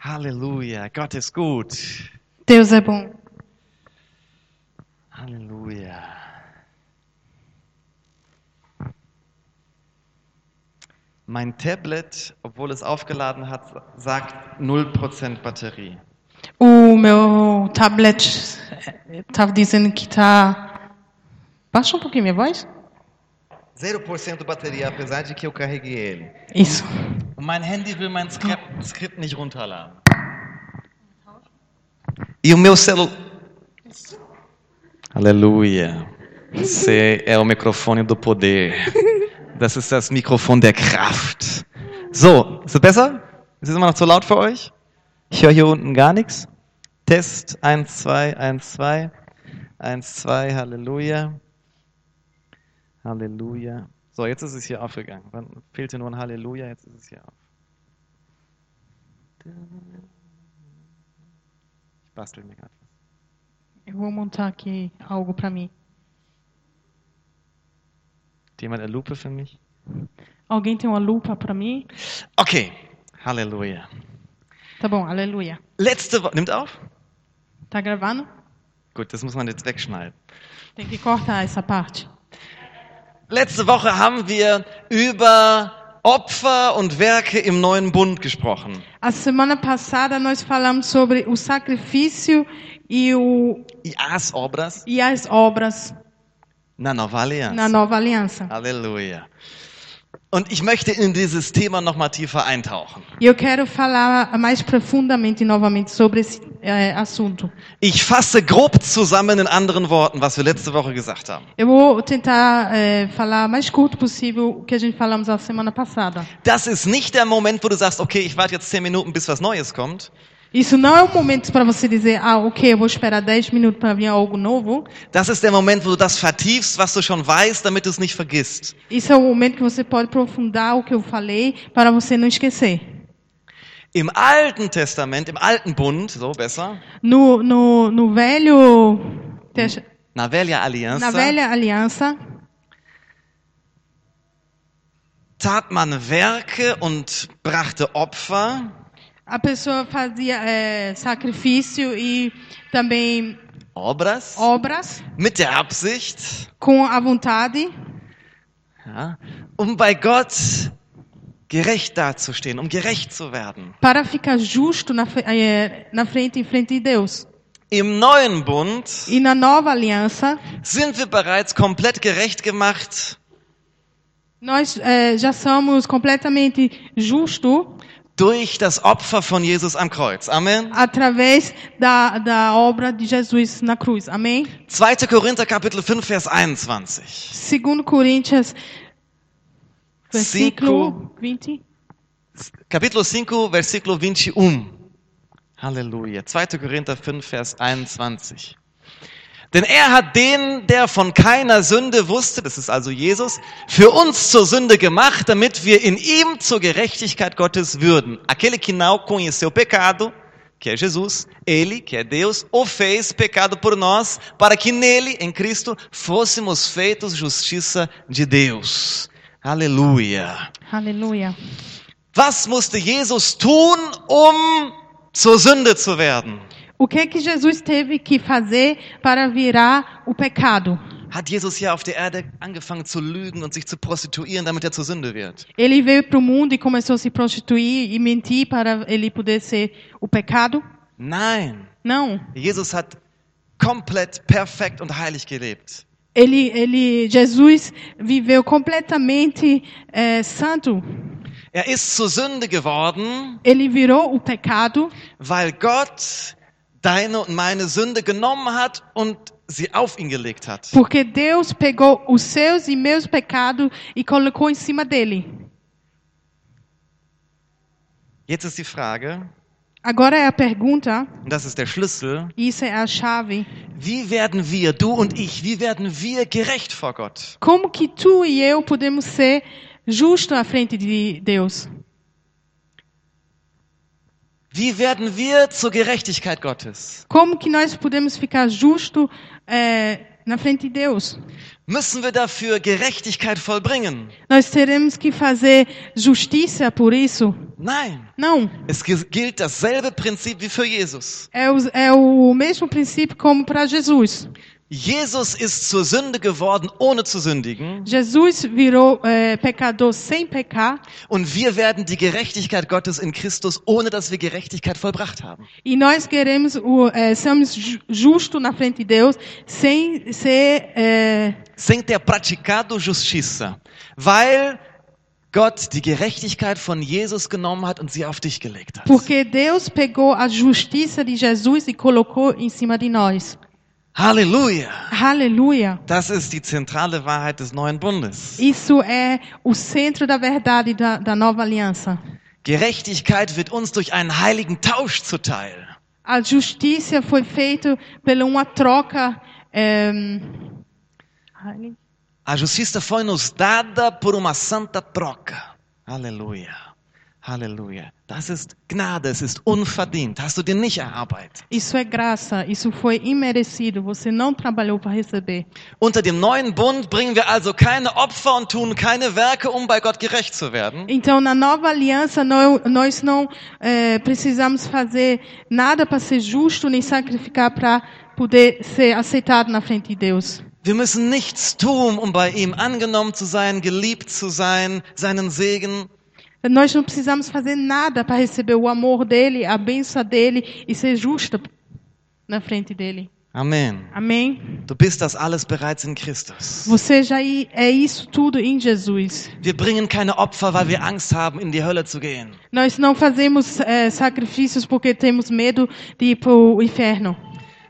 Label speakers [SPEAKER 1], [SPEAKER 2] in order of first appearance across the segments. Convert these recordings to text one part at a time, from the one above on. [SPEAKER 1] Halleluja, Gott ist gut.
[SPEAKER 2] Deus é bom.
[SPEAKER 1] Halleluja. Mein Tablet, obwohl es aufgeladen hat, sagt 0% Batterie.
[SPEAKER 2] O meu tablet estava dizendo que está. Baixa um pouquinho minha voz.
[SPEAKER 1] 0% Batterie, apesar de que eu carreguei ele.
[SPEAKER 2] Isso.
[SPEAKER 1] Und mein Handy will mein Skript, Skript nicht runterladen. E o meu celular. Aleluia. Você é o microfone do poder. Das ist das Mikrofon der Kraft. So, ist es besser? Ist es immer noch zu laut für euch? Ich höre hier unten gar nichts. Test 1, 2, 1, 2. 1, 2, Halleluja. Halleluja. So, jetzt ist es hier aufgegangen. Dann fehlte nur ein Halleluja, jetzt ist es hier auf. Ich bastel mir gerade was.
[SPEAKER 2] Eu vou montar aqui algo para mim.
[SPEAKER 1] Hat jemand eine Lupe für mich?
[SPEAKER 2] Alguém tem uma lupa para mim?
[SPEAKER 1] Okay, Halleluja.
[SPEAKER 2] Tá bom, aleluia.
[SPEAKER 1] Letzte Woche, nimmt auf?
[SPEAKER 2] Tá gravando?
[SPEAKER 1] Gut, das muss man jetzt wegschneiden.
[SPEAKER 2] Tem que cortar essa parte.
[SPEAKER 1] Letzte Woche haben wir über Opfer und Werke im neuen Bund gesprochen.
[SPEAKER 2] A semana passada nós falamos sobre o sacrifício e, o,
[SPEAKER 1] Y as obras
[SPEAKER 2] e as obras
[SPEAKER 1] na nova aliança.
[SPEAKER 2] na nova aliança.
[SPEAKER 1] Halleluja. Und ich möchte in dieses Thema nochmal tiefer eintauchen.
[SPEAKER 2] E eu quero falar mais profundamente novamente sobre esse eh, assunto.
[SPEAKER 1] Ich fasse grob zusammen in anderen Worten, was wir letzte Woche gesagt haben.
[SPEAKER 2] Eu vou tentar eh, falar mais curto possível o que a gente falamos a semana passada.
[SPEAKER 1] Das ist nicht der Moment, wo du sagst, okay, ich warte jetzt zehn Minuten, bis was Neues kommt,
[SPEAKER 2] Isso não é um momento para você dizer, ah, ok, eu vou esperar 10 minutos para vir algo novo.
[SPEAKER 1] Das ist der Moment, wo du das vertiefst, was du schon weißt, damit du es nicht vergisst.
[SPEAKER 2] Isso é um momento que você pode aprofundar o que eu falei para você não esquecer.
[SPEAKER 1] Im Alten Testament, im Alten Bund, so besser,
[SPEAKER 2] No, no, no velho. test-
[SPEAKER 1] na velha
[SPEAKER 2] Na
[SPEAKER 1] aliança,
[SPEAKER 2] velha aliança,
[SPEAKER 1] tat man Werke und brachte Opfer,
[SPEAKER 2] a pessoa fazia eh, sacrifício e também
[SPEAKER 1] Obras,
[SPEAKER 2] Oh. obras
[SPEAKER 1] mit der Absicht,
[SPEAKER 2] com a vontade
[SPEAKER 1] ja, um bei Gott gerecht dazustehen, um gerecht zu werden.
[SPEAKER 2] para ficar justo na, fre- eh, na frente em frente de Deus.
[SPEAKER 1] Im neuen Bund
[SPEAKER 2] E na nova aliança,
[SPEAKER 1] sind wir bereits komplett gerecht gemacht
[SPEAKER 2] nós eh, já somos completamente justo
[SPEAKER 1] durch das Opfer von Jesus am Kreuz. Amen.
[SPEAKER 2] através da, da obra de Jesus na cruz. Amém?
[SPEAKER 1] 2. Korinther Kapitel 5, Vers 21.
[SPEAKER 2] Segundo Coríntios, versículo 20.
[SPEAKER 1] Capítulo 5, versículo 21. Halleluja. 2. Korinther 5, Vers 21. Denn er hat den, der von keiner Sünde wusste, das ist also Jesus, für uns zur Sünde gemacht, damit wir in ihm zur Gerechtigkeit Gottes würden. Aquele que não conheceu pecado, que é Jesus, ele, que é Deus, o fez pecado por nós, para que nele, em Cristo, fôssemos feitos justiça de Deus. Aleluia.
[SPEAKER 2] Aleluia.
[SPEAKER 1] Was musste Jesus tun, um zur Sünde zu werden?
[SPEAKER 2] O que é que Jesus teve que fazer para virar o pecado?
[SPEAKER 1] Hat Jesus hier auf der Erde angefangen zu lügen und sich zu prostituieren, damit er zur Sünde wird?
[SPEAKER 2] Ele veio para o mundo e começou a se prostituir e mentir para ele poder ser o pecado?
[SPEAKER 1] Nein,
[SPEAKER 2] Não.
[SPEAKER 1] Jesus hat komplett perfekt und heilig gelebt.
[SPEAKER 2] Ele, ele, Jesus viveu completamente eh, santo.
[SPEAKER 1] Er ist zur Sünde geworden,
[SPEAKER 2] Ele virou o pecado
[SPEAKER 1] weil Gott deine und meine Sünde genommen hat und sie auf ihn gelegt hat.
[SPEAKER 2] porque Deus pegou os seus e meus pecados e colocou em cima dele.
[SPEAKER 1] Jetzt ist die Frage,
[SPEAKER 2] Agora é a pergunta,
[SPEAKER 1] und das ist der Schlüssel,
[SPEAKER 2] isso é a chave.
[SPEAKER 1] wie werden wir, du und ich, wie werden wir gerecht vor Gott?
[SPEAKER 2] Como que tu e eu podemos ser justos à frente de Deus?
[SPEAKER 1] Wie werden wir zur Gerechtigkeit Gottes?
[SPEAKER 2] Como que nós podemos ficar justos eh, na frente de Deus.
[SPEAKER 1] müssen wir dafür Gerechtigkeit vollbringen.
[SPEAKER 2] Nós teremos que fazer justiça por isso?
[SPEAKER 1] Nein,
[SPEAKER 2] Não.
[SPEAKER 1] es ge- gilt dasselbe Prinzip wie für Jesus.
[SPEAKER 2] É o, é o mesmo princípio como para Jesus.
[SPEAKER 1] Jesus ist zur Sünde geworden, ohne zu sündigen.
[SPEAKER 2] Jesus virou eh, pecador sem pecar
[SPEAKER 1] Und wir werden die Gerechtigkeit Gottes in Christus, ohne dass wir Gerechtigkeit vollbracht haben.
[SPEAKER 2] e nós queremos o, eh, sermos ju- justo na frente de Deus sem ser eh,
[SPEAKER 1] Sem ter praticado justiça, weil Gott die Gerechtigkeit von Jesus genommen hat und sie auf dich gelegt hat.
[SPEAKER 2] Porque Deus pegou a justiça de Jesus e colocou em cima de nós.
[SPEAKER 1] Halleluja!
[SPEAKER 2] Aleluia!
[SPEAKER 1] Das ist die zentrale Wahrheit des neuen Bundes.
[SPEAKER 2] Isso é o centro da verdade da, da nova aliança.
[SPEAKER 1] Gerechtigkeit wird uns durch einen heiligen Tausch zuteil.
[SPEAKER 2] A justiça foi feita pela uma troca. ehm,
[SPEAKER 1] A justiça foi nos dada por uma santa troca. Halleluja. Halleluja. Das ist Gnade, es ist unverdient. Hast du dir nicht erarbeitet.
[SPEAKER 2] isso é graça, isso foi imerecido, você não trabalhou para receber.
[SPEAKER 1] Unter dem neuen Bund bringen wir also keine Opfer und tun keine Werke, um bei Gott gerecht zu werden.
[SPEAKER 2] Então, na nova aliança, nó- nós não eh, precisamos fazer nada para ser justo, nem sacrificar para poder ser aceitado na frente de Deus.
[SPEAKER 1] Wir müssen nichts tun, um bei ihm angenommen zu sein, geliebt zu sein, seinen Segen.
[SPEAKER 2] Nós não precisamos fazer nada para receber o amor dele, a benção dele e ser justa na frente dele.
[SPEAKER 1] Amen.
[SPEAKER 2] Amém?
[SPEAKER 1] Du bist das alles bereits in Christus.
[SPEAKER 2] Você já i- é isso tudo em Jesus.
[SPEAKER 1] Wir bringen keine Opfer, weil wir Angst haben, in die Hölle zu gehen.
[SPEAKER 2] Nós não fazemos eh, sacrifícios porque temos medo de ir para o inferno.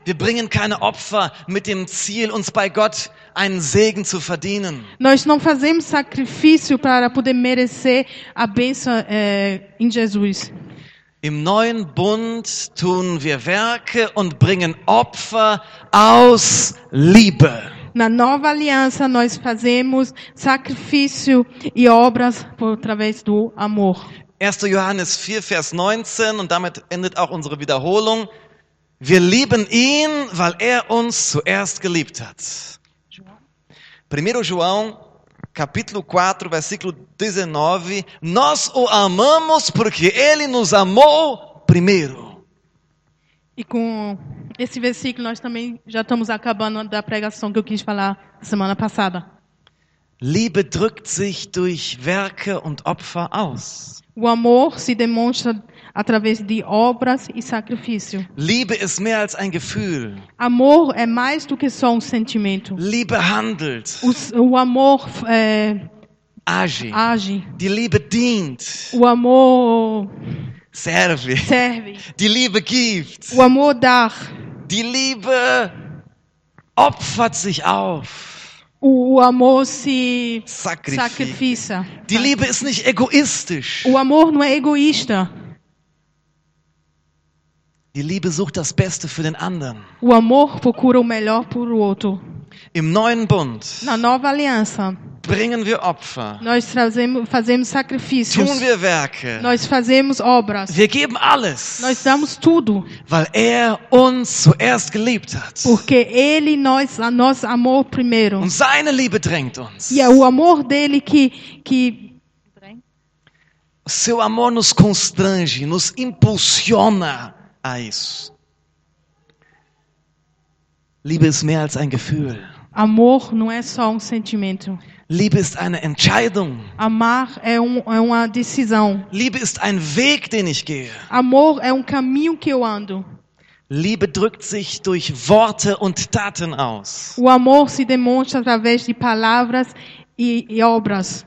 [SPEAKER 1] Wir bringen keine Opfer mit dem Ziel, uns bei Gott einen Segen zu verdienen.
[SPEAKER 2] Nós não fazemos sacrifício para poder merecer a benção eh, em Jesus.
[SPEAKER 1] Im neuen Bund tun wir Werke und bringen Opfer aus Liebe.
[SPEAKER 2] Na nova aliança, nós fazemos sacrifício e obras por, através do amor.
[SPEAKER 1] 1. Johannes 4, Vers 19 und damit endet auch unsere Wiederholung. Wir lieben ihn, weil er uns zuerst geliebt hat. 1. João, capítulo 4, versículo 19. Nós o amamos porque ele nos amou primeiro.
[SPEAKER 2] E com esse versículo nós também já estamos acabando da pregação que eu quis falar semana passada.
[SPEAKER 1] Liebe drückt sich durch Werke und Opfer aus.
[SPEAKER 2] O amor se demonstra através de obras e sacrifício.
[SPEAKER 1] Liebe ist mehr als ein Gefühl.
[SPEAKER 2] Amor é mais do que só um sentimento.
[SPEAKER 1] Liebe handelt,
[SPEAKER 2] O, s- o amor é,
[SPEAKER 1] age.
[SPEAKER 2] age.
[SPEAKER 1] Die Liebe dient,
[SPEAKER 2] O amor
[SPEAKER 1] serve.
[SPEAKER 2] serve.
[SPEAKER 1] Die Liebe gibt.
[SPEAKER 2] O amor dá.
[SPEAKER 1] Die Liebe opfert sich auf.
[SPEAKER 2] O, o amor se
[SPEAKER 1] Sacrifice.
[SPEAKER 2] sacrifica.
[SPEAKER 1] Die Liebe ist nicht egoistisch.
[SPEAKER 2] O amor não é egoísta.
[SPEAKER 1] Die Liebe sucht das Beste für den anderen.
[SPEAKER 2] O amor procura o melhor por o outro.
[SPEAKER 1] Im neuen Bund
[SPEAKER 2] Na nova aliança,
[SPEAKER 1] bringen wir Opfer,
[SPEAKER 2] Nós trazemos, fazemos sacrifícios.
[SPEAKER 1] tun wir Werke.
[SPEAKER 2] Nós fazemos obras.
[SPEAKER 1] Wir geben alles.
[SPEAKER 2] Nós damos tudo.
[SPEAKER 1] Weil er uns zuerst geliebt hat.
[SPEAKER 2] Porque Ele nós, a nós amou primeiro.
[SPEAKER 1] Und seine Liebe drängt uns.
[SPEAKER 2] E é o amor dele que, que
[SPEAKER 1] Seu amor nos constrange, nos impulsiona a isso. Liebe ist mehr als ein Gefühl.
[SPEAKER 2] amor não é só um sentimento.
[SPEAKER 1] Liebe ist eine Entscheidung.
[SPEAKER 2] Amar é, um, é uma decisão.
[SPEAKER 1] Liebe ist ein Weg, den ich gehe.
[SPEAKER 2] Amor é um caminho que eu ando.
[SPEAKER 1] Liebe drückt sich durch Worte und Taten aus.
[SPEAKER 2] O amor se demonstra através de palavras e, e obras.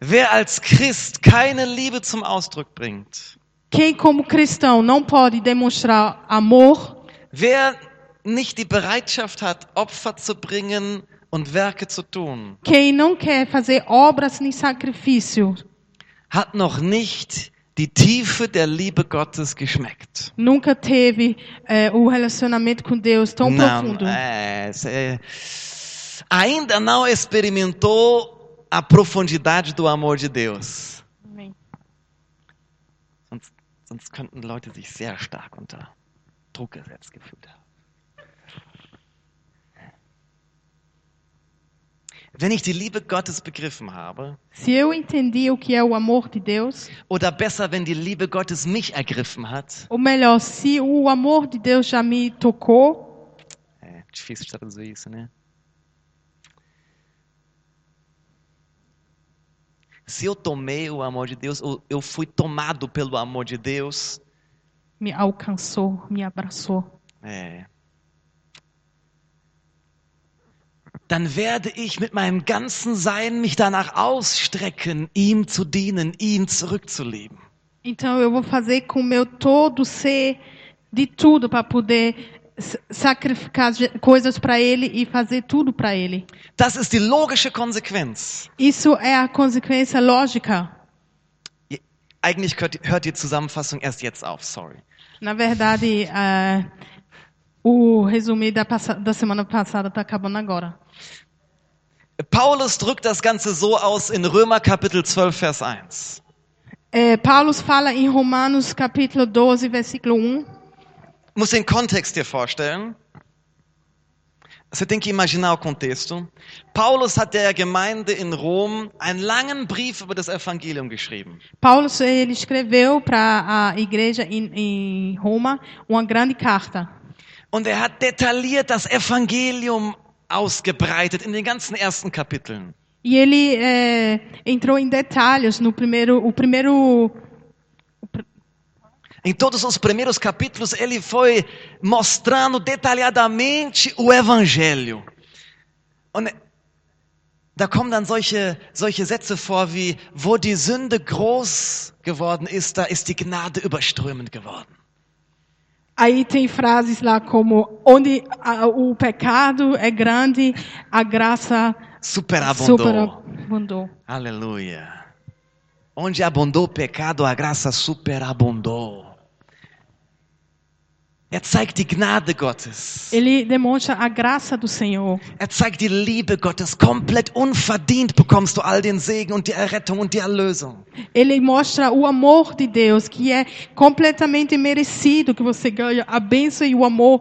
[SPEAKER 1] Wer als Christ keine Liebe zum Ausdruck bringt,
[SPEAKER 2] Quem, como cristão, não pode demonstrar amor
[SPEAKER 1] Wer nicht die Bereitschaft hat, Opfer zu bringen und Werke zu tun,
[SPEAKER 2] Quem não quer fazer obras nem sacrifício
[SPEAKER 1] hat noch nicht die Tiefe der Liebe Gottes geschmeckt.
[SPEAKER 2] nunca teve eh, o relacionamento com Deus tão profundo.
[SPEAKER 1] é, cê- ainda não experimentou a profundidade do amor de Deus. Sonst, sonst könnten Leute sich sehr stark unter Druck gesetzt gefühlt haben. Wenn ich die Liebe Gottes begriffen habe,
[SPEAKER 2] Se eu entendi o que é o amor de Deus,
[SPEAKER 1] oder besser, wenn die Liebe Gottes mich ergriffen hat,
[SPEAKER 2] ou melhor, se o amor de Deus já me tocou,
[SPEAKER 1] é difícil de traduzir isso, né? Se eu tomei o amor de Deus, ou eu fui tomado pelo amor de Deus,
[SPEAKER 2] me alcançou, me abraçou,
[SPEAKER 1] Äh. Dann werde ich mit meinem ganzen Sein mich danach ausstrecken, ihm zu dienen, ihn zurückzuleben.
[SPEAKER 2] então eu vou fazer com o meu todo ser de tudo para poder s- sacrificar je- coisas para Ele e fazer tudo para Ele.
[SPEAKER 1] Das ist die logische Konsequenz.
[SPEAKER 2] Isso é a consequência lógica.
[SPEAKER 1] Ihr- Eigentlich hört, hört die Zusammenfassung erst jetzt auf, sorry.
[SPEAKER 2] Na verdade, ah, o resumo da, passa- da semana passada está acabando agora.
[SPEAKER 1] Paulus drückt das Ganze so aus in Römer Kapitel 12, Vers 1.
[SPEAKER 2] É, Paulo fala em Romanos capítulo 12, versículo 1.
[SPEAKER 1] Muss den Kontext dir vorstellen. Você tem que imaginar o contexto. Paulus hat der Gemeinde in Rom einen langen Brief über das Evangelium geschrieben.
[SPEAKER 2] Paulo ele escreveu para a igreja em, em Roma uma grande carta.
[SPEAKER 1] Und er hat detailliert das Evangelium ausgebreitet in den ganzen ersten Kapiteln.
[SPEAKER 2] E ele é, entrou em detalhes no primeiro, o primeiro,
[SPEAKER 1] Em todos os primeiros capítulos, ele foi mostrando detalhadamente o Evangelho. Und da kommen dann solche, solche Sätze vor wie, wo die Sünde groß geworden ist, da ist die Gnade überströmend geworden.
[SPEAKER 2] Aí tem frases lá como onde a, o pecado é grande, a graça
[SPEAKER 1] Superabundou.
[SPEAKER 2] superabundou.
[SPEAKER 1] Aleluia. Onde abundou o pecado, a graça superabundou. Er zeigt die Gnade Gottes.
[SPEAKER 2] Ele demonstra a graça do Senhor.
[SPEAKER 1] Er zeigt die Liebe Gottes. Komplett unverdient bekommst du all den Segen und die Errettung und die Erlösung.
[SPEAKER 2] Ele mostra o amor de Deus, que é completamente merecido, que você ganha a bênção e o amor.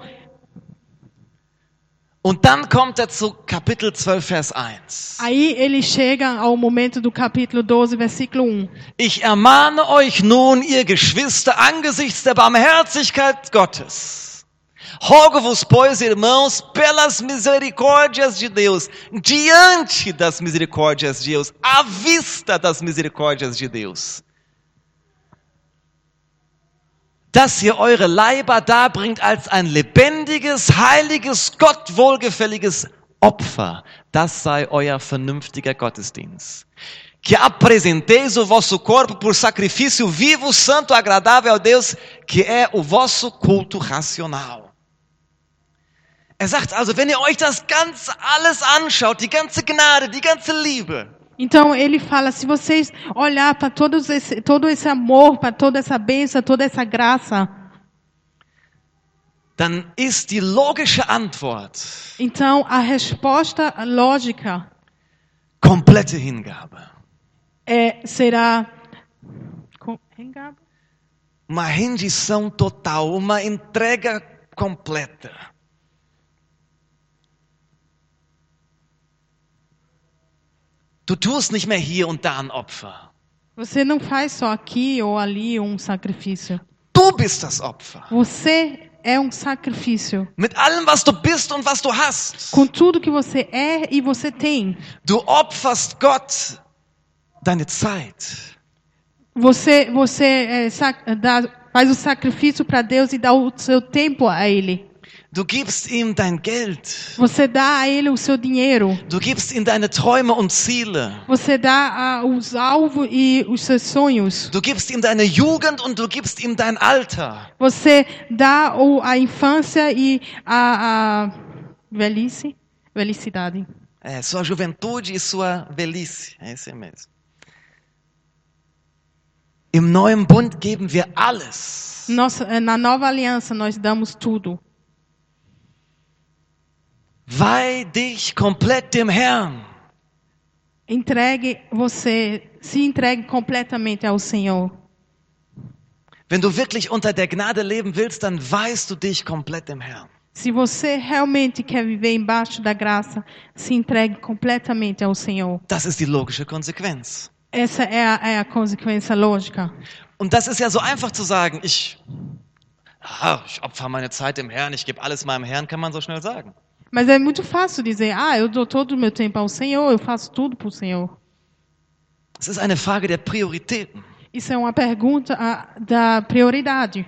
[SPEAKER 1] Und dann kommt er zu Kapitel 12, Vers 1.
[SPEAKER 2] Aí ele chega ao momento do capítulo 12, versículo 1.
[SPEAKER 1] Ich ermahne euch nun, ihr Geschwister, angesichts der Barmherzigkeit Gottes. Rogo-vos, pois, irmãos, pelas misericórdias de Deus, diante das misericórdias de Deus, à vista das misericórdias de Deus, dass ihr eure Leiber darbringt als ein lebendiges, heiliges, Gott wohlgefälliges Opfer. Das sei euer vernünftiger Gottesdienst. Que apresenteis o vosso corpo por sacrifício vivo, santo, agradável a Deus, que é o vosso culto racional. Er sagt also, wenn ihr euch das Ganze alles anschaut, die ganze Gnade, die ganze Liebe,
[SPEAKER 2] Então ele fala: se vocês olhar para todos esse, todo esse amor, para toda essa bênção, toda essa graça,
[SPEAKER 1] dann ist die logische Antwort
[SPEAKER 2] Então, a resposta lógica
[SPEAKER 1] komplette Hingabe.
[SPEAKER 2] é, será. com- Engabo?
[SPEAKER 1] Uma rendição total, uma entrega completa. Du tust nicht mehr hier und da ein Opfer.
[SPEAKER 2] Você não faz só aqui ou ali um sacrifício.
[SPEAKER 1] Du bist das Opfer.
[SPEAKER 2] Você é um sacrifício.
[SPEAKER 1] Mit allem, was du bist und was du hast.
[SPEAKER 2] Com tudo que você é e você tem.
[SPEAKER 1] Du opferst Gott deine Zeit,
[SPEAKER 2] Você, você é, sac- dá, faz o sacrifício para Deus e dá o seu tempo a Ele.
[SPEAKER 1] du gibst ihm dein Geld,
[SPEAKER 2] Você dá a Ele o seu dinheiro.
[SPEAKER 1] du gibst ihm deine Träume und Ziele,
[SPEAKER 2] Você dá a, os alvos e os seus sonhos.
[SPEAKER 1] du gibst ihm deine Jugend und du gibst ihm dein Alter.
[SPEAKER 2] Você dá o- a infância e a, a velhice, felicidade.
[SPEAKER 1] É, sua juventude e sua velhice. É esse mesmo. Im neuen Bund geben wir alles.
[SPEAKER 2] Nossa, eh, na nova aliança nós damos tudo,
[SPEAKER 1] Weih dich komplett dem Herrn.
[SPEAKER 2] entregue você, se entregue completamente ao Senhor.
[SPEAKER 1] Wenn du wirklich unter der Gnade leben willst, dann weihst du dich komplett dem Herrn.
[SPEAKER 2] Se você realmente quer viver embaixo da graça, se entregue completamente ao Senhor.
[SPEAKER 1] Das ist die logische Konsequenz.
[SPEAKER 2] Essa é a, é a consequência lógica.
[SPEAKER 1] Und das ist ja so einfach zu sagen, ich, ah, ich opfer meine Zeit dem Herrn, ich gebe alles meinem Herrn, kann man so schnell sagen.
[SPEAKER 2] Mas é muito fácil dizer, ah, eu dou todo o meu tempo ao Senhor, eu faço tudo para o Senhor.
[SPEAKER 1] Es ist eine Frage der Prioritäten.
[SPEAKER 2] Isso é uma pergunta ah, da prioridade.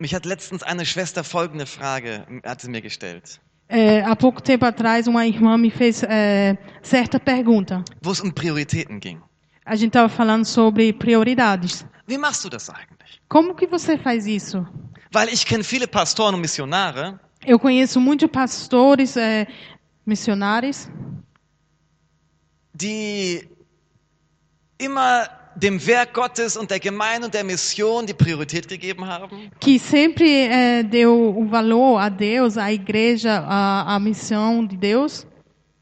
[SPEAKER 1] Mich hat letztens eine Schwester folgende Frage, hat sie mir gestellt,
[SPEAKER 2] É, há pouco tempo atrás, uma irmã me fez é, certa pergunta.
[SPEAKER 1] wo es um Prioritäten ging.
[SPEAKER 2] A gente estava falando sobre prioridades.
[SPEAKER 1] Wie machst du das eigentlich?
[SPEAKER 2] Como que você faz isso?
[SPEAKER 1] Weil ich kenne viele Pastoren und Missionare,
[SPEAKER 2] Eu conheço muitos pastores, é, missionários,
[SPEAKER 1] die immer dem Werk Gottes und der Gemeinde und der Mission die Priorität gegeben haben.
[SPEAKER 2] que sempre é, deu o valor a Deus, à igreja, à, à missão de Deus.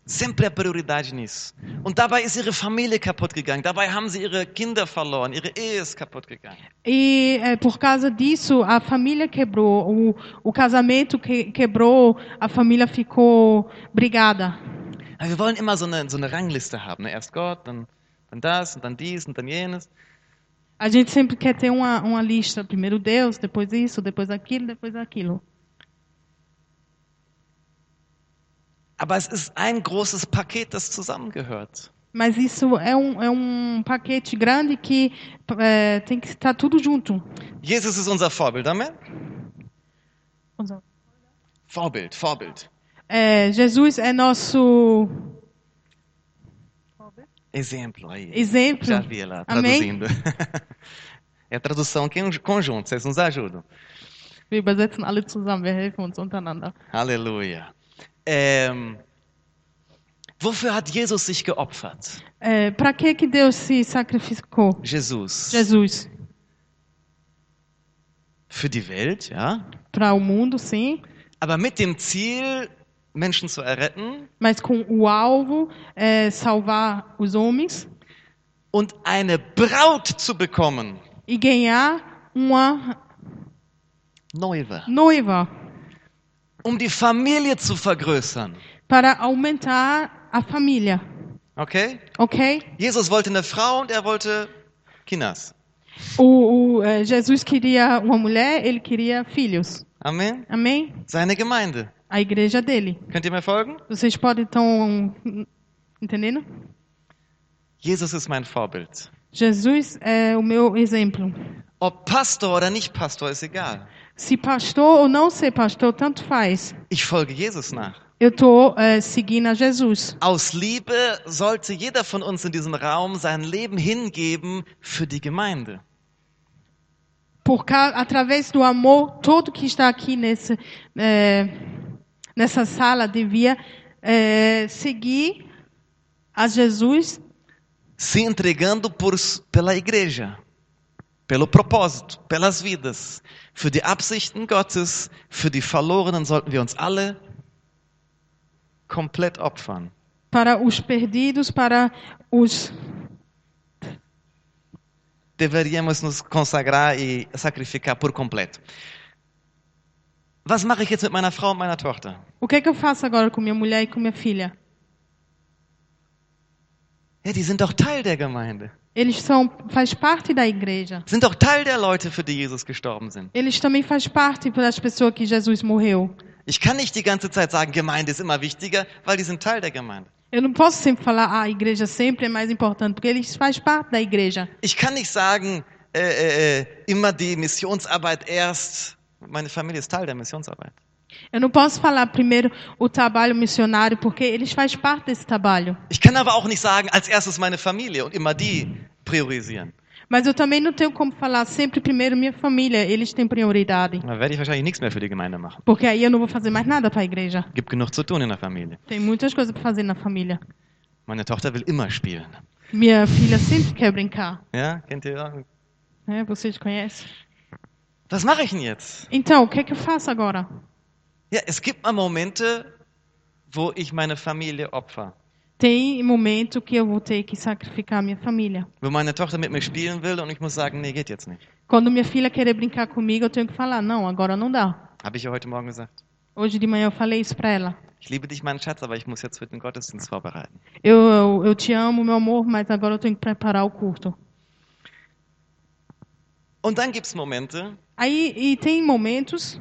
[SPEAKER 1] Sempre a prioridade nisso. Und dabei ist ihre Familie kaputt gegangen. Dabei haben sie ihre Kinder verloren. Ihre Ehe ist kaputt gegangen.
[SPEAKER 2] E é, por causa disso, a família quebrou, o, o casamento que, quebrou, a família ficou brigada.
[SPEAKER 1] Aber wir wollen immer so eine, so eine Rangliste haben. Ne? Erst Gott, dann, dann das und dann dies und dann jenes.
[SPEAKER 2] A gente sempre quer ter uma, uma lista, primeiro Deus, depois isso, depois aquilo, depois aquilo.
[SPEAKER 1] Aber es ist ein großes Paket, das zusammengehört.
[SPEAKER 2] Mas isso é um, é um paquete grande que é, tem que estar tudo junto.
[SPEAKER 1] Jesus ist unser Vorbild. Amen? Vorbild, Vorbild.
[SPEAKER 2] É, Jesus é nosso
[SPEAKER 1] Exemplo aí.
[SPEAKER 2] exemplo.
[SPEAKER 1] Já vi ela
[SPEAKER 2] Amém?
[SPEAKER 1] traduzindo. É a tradução aqui em conjunto, vocês nos ajudam.
[SPEAKER 2] Wir übersetzen alle zusammen, wir helfen uns untereinander.
[SPEAKER 1] Halleluja. Ähm, wofür hat Jesus sich geopfert?
[SPEAKER 2] É, Para que que Deus se sacrificou?
[SPEAKER 1] Jesus.
[SPEAKER 2] Jesus.
[SPEAKER 1] Für die Welt, ja.
[SPEAKER 2] Para o mundo, sim,
[SPEAKER 1] Aber mit dem Ziel, Menschen zu erretten
[SPEAKER 2] mas com o alvo é, salvar os homens
[SPEAKER 1] und eine Braut zu bekommen.
[SPEAKER 2] e ganhar uma
[SPEAKER 1] Neuwe.
[SPEAKER 2] noiva
[SPEAKER 1] Um die Familie zu vergrößern.
[SPEAKER 2] para aumentar a família,
[SPEAKER 1] Okay?
[SPEAKER 2] ok?
[SPEAKER 1] Jesus wollte eine Frau und er wollte Kinas.
[SPEAKER 2] O, o, eh, Jesus queria uma mulher, ele queria filhos.
[SPEAKER 1] Amen.
[SPEAKER 2] Amém?
[SPEAKER 1] Seine Gemeinde.
[SPEAKER 2] A igreja dele.
[SPEAKER 1] Könnt ihr mir folgen?
[SPEAKER 2] Vocês podem então entendendo?
[SPEAKER 1] Jesus ist mein Vorbild.
[SPEAKER 2] Jesus é o meu exemplo.
[SPEAKER 1] Ob Pastor oder nicht Pastor, ist egal.
[SPEAKER 2] Se pastor ou não ser pastor, tanto faz.
[SPEAKER 1] Ich folge Jesus nach.
[SPEAKER 2] Eu estou seguindo a Jesus.
[SPEAKER 1] Aus Liebe sollte jeder von uns in diesem Raum sein Leben hingeben für die Gemeinde.
[SPEAKER 2] Por ca... através do amor, todo que está aqui nesse eh, nessa sala devia eh, seguir a Jesus
[SPEAKER 1] Se entregando por, pela igreja, pelo propósito, pelas vidas, für die Absichten Gottes, für die Verlorenen sollten wir uns alle komplett opfern.
[SPEAKER 2] para os perdidos, para os
[SPEAKER 1] Deveríamos nos consagrar e sacrificar por completo. Was mache ich jetzt mit meiner Frau und meiner Tochter?
[SPEAKER 2] O que é que eu faço agora com minha mulher e com minha filha?
[SPEAKER 1] Ja, die sind doch Teil der Gemeinde.
[SPEAKER 2] Eles são faz parte da igreja.
[SPEAKER 1] Sind doch Teil der Leute, für die Jesus gestorben sind.
[SPEAKER 2] Eles também faz parte das pessoas que Jesus morreu.
[SPEAKER 1] Ich kann nicht die ganze Zeit sagen, Gemeinde ist immer wichtiger, weil die sind Teil der Gemeinde.
[SPEAKER 2] Eu não posso sempre falar ah, a igreja sempre é mais importante porque eles faz parte da igreja.
[SPEAKER 1] Ich kann nicht sagen, äh, äh, äh, immer die Missionsarbeit erst. Meine Familie ist Teil der Missionsarbeit.
[SPEAKER 2] Eu não posso falar primeiro o trabalho missionário porque eles faz parte desse trabalho.
[SPEAKER 1] Ich kann aber auch nicht sagen, als erstes meine Familie und immer die priorisieren.
[SPEAKER 2] Mas eu também não tenho como falar sempre primeiro minha família, eles têm prioridade.
[SPEAKER 1] Dann werde ich wahrscheinlich nichts mehr für die Gemeinde machen.
[SPEAKER 2] Porque aí eu não vou fazer mais nada para a igreja.
[SPEAKER 1] Gibt genug zu tun in der Familie.
[SPEAKER 2] Tem muitas coisas para fazer na família.
[SPEAKER 1] Meine Tochter will immer spielen.
[SPEAKER 2] Minha filha sempre quer brincar,
[SPEAKER 1] Ja, kennt ihr?
[SPEAKER 2] né? Vocês conhecem?
[SPEAKER 1] Was mache ich denn jetzt?
[SPEAKER 2] Então, o que é que eu faço agora?
[SPEAKER 1] Ja, es gibt mal Momente, wo ich meine Familie opfer.
[SPEAKER 2] Tem momento que eu vou ter que sacrificar minha família.
[SPEAKER 1] Wenn meine Tochter mit mir spielen will und ich muss sagen, nee, geht jetzt nicht.
[SPEAKER 2] Quando minha filha querer brincar comigo, eu tenho que falar: não, agora não dá.
[SPEAKER 1] Habe ich ihr heute Morgen gesagt.
[SPEAKER 2] Hoje de manhã eu falei isso para ela.
[SPEAKER 1] Ich liebe dich, mein Schatz, aber ich muss jetzt für den Gottesdienst vorbereiten.
[SPEAKER 2] Eu, eu, eu te amo, meu amor, mas agora eu tenho que preparar o curto.
[SPEAKER 1] Und dann gibt es Momente,
[SPEAKER 2] Aí, e tem momentos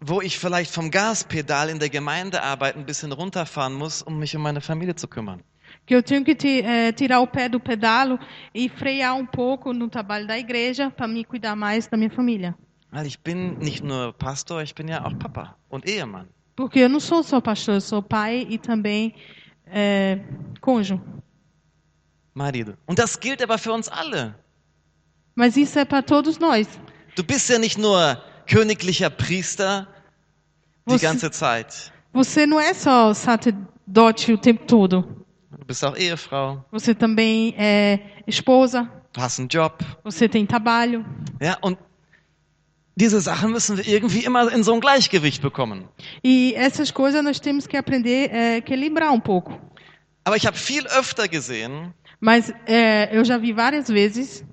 [SPEAKER 1] wo ich vielleicht vom Gaspedal in der Gemeindearbeit ein bisschen runterfahren muss, um mich um meine Familie zu kümmern.
[SPEAKER 2] que eu tenho que ti- eh, tirar o pé do pedalo e frear um pouco no trabalho da igreja para me cuidar mais da minha família.
[SPEAKER 1] Weil ich bin nicht nur Pastor, ich bin ja auch Papa und Ehemann.
[SPEAKER 2] Porque eu não sou só pastor, eu sou pai e também é, cônjuge.
[SPEAKER 1] Marido. Und das gilt aber für uns alle.
[SPEAKER 2] Mas isso é para todos nós.
[SPEAKER 1] Du bist ja nicht nur königlicher Priester die
[SPEAKER 2] Wusste-
[SPEAKER 1] ganze Zeit.
[SPEAKER 2] Você não é só sacerdote o tempo todo.
[SPEAKER 1] Du bist auch Ehefrau,
[SPEAKER 2] Você também é esposa,
[SPEAKER 1] du hast einen Job.
[SPEAKER 2] você tem trabalho.
[SPEAKER 1] Ja, und diese Sachen müssen wir irgendwie immer in so ein Gleichgewicht bekommen.
[SPEAKER 2] E essas coisas nós temos que aprender a equilibrar um pouco.
[SPEAKER 1] Aber ich habe viel öfter gesehen,
[SPEAKER 2] Mas é, eu já vi várias vezes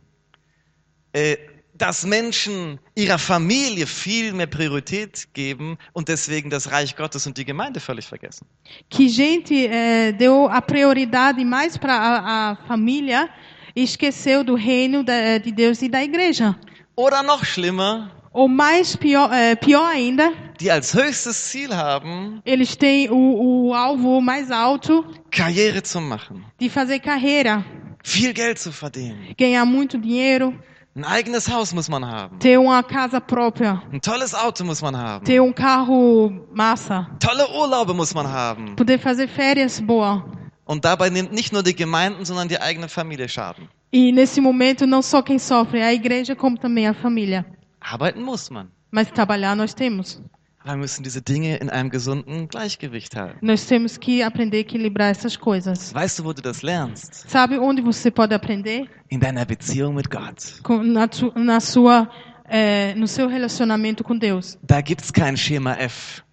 [SPEAKER 1] äh, dass Menschen ihrer Familie viel mehr Priorität geben und deswegen das Reich Gottes und die Gemeinde völlig vergessen.
[SPEAKER 2] que gente eh, deu a prioridade mais para a, a família e esqueceu do reino da- de Deus e da igreja.
[SPEAKER 1] Oder noch schlimmer,
[SPEAKER 2] Ou mais pior, eh, pior ainda,
[SPEAKER 1] die als höchstes Ziel haben,
[SPEAKER 2] eles têm o, o alvo mais alto
[SPEAKER 1] Karriere zu machen,
[SPEAKER 2] de fazer carreira,
[SPEAKER 1] viel Geld zu verdienen.
[SPEAKER 2] ganhar muito dinheiro,
[SPEAKER 1] Ein eigenes Haus muss man haben.
[SPEAKER 2] ter uma casa própria,
[SPEAKER 1] Ein tolles Auto muss man haben.
[SPEAKER 2] ter um carro massa,
[SPEAKER 1] Tolle Urlaube muss man haben.
[SPEAKER 2] poder fazer férias boa.
[SPEAKER 1] Und dabei nimmt nicht nur die Gemeinden, sondern die eigene Familie Schaden.
[SPEAKER 2] E nesse momento não só quem sofre é a igreja como também a família.
[SPEAKER 1] Arbeiten muss man.
[SPEAKER 2] Mas trabalhar nós temos.
[SPEAKER 1] Aber wir müssen diese Dinge in einem gesunden Gleichgewicht halten.
[SPEAKER 2] Nós temos que aprender a equilibrar essas coisas.
[SPEAKER 1] Weißt du, wo du das lernst?
[SPEAKER 2] Sabe onde você pode aprender?
[SPEAKER 1] In deiner Beziehung mit Gott.
[SPEAKER 2] Com- Na, tu- na sua, eh, no seu relacionamento com Deus.
[SPEAKER 1] Da gibt's kein Schema F.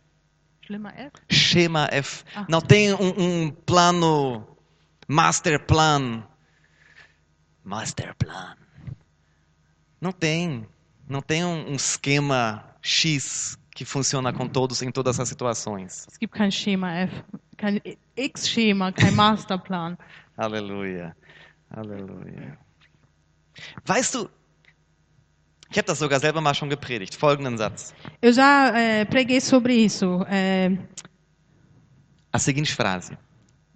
[SPEAKER 1] Schema F.
[SPEAKER 2] Ah.
[SPEAKER 1] Não tem um, um plano, masterplan. Masterplan. Não tem. Não tem um, um esquema X que funciona com todos em todas as situações.
[SPEAKER 2] Es gibt kein Schema F, kein X-Schema, kein Masterplan.
[SPEAKER 1] Halleluja. Halleluja. Weißt du, ich habe das sogar selber mal schon gepredigt, folgenden Satz.
[SPEAKER 2] Eu já eh, preguei sobre isso eh,
[SPEAKER 1] A seguinte Frase.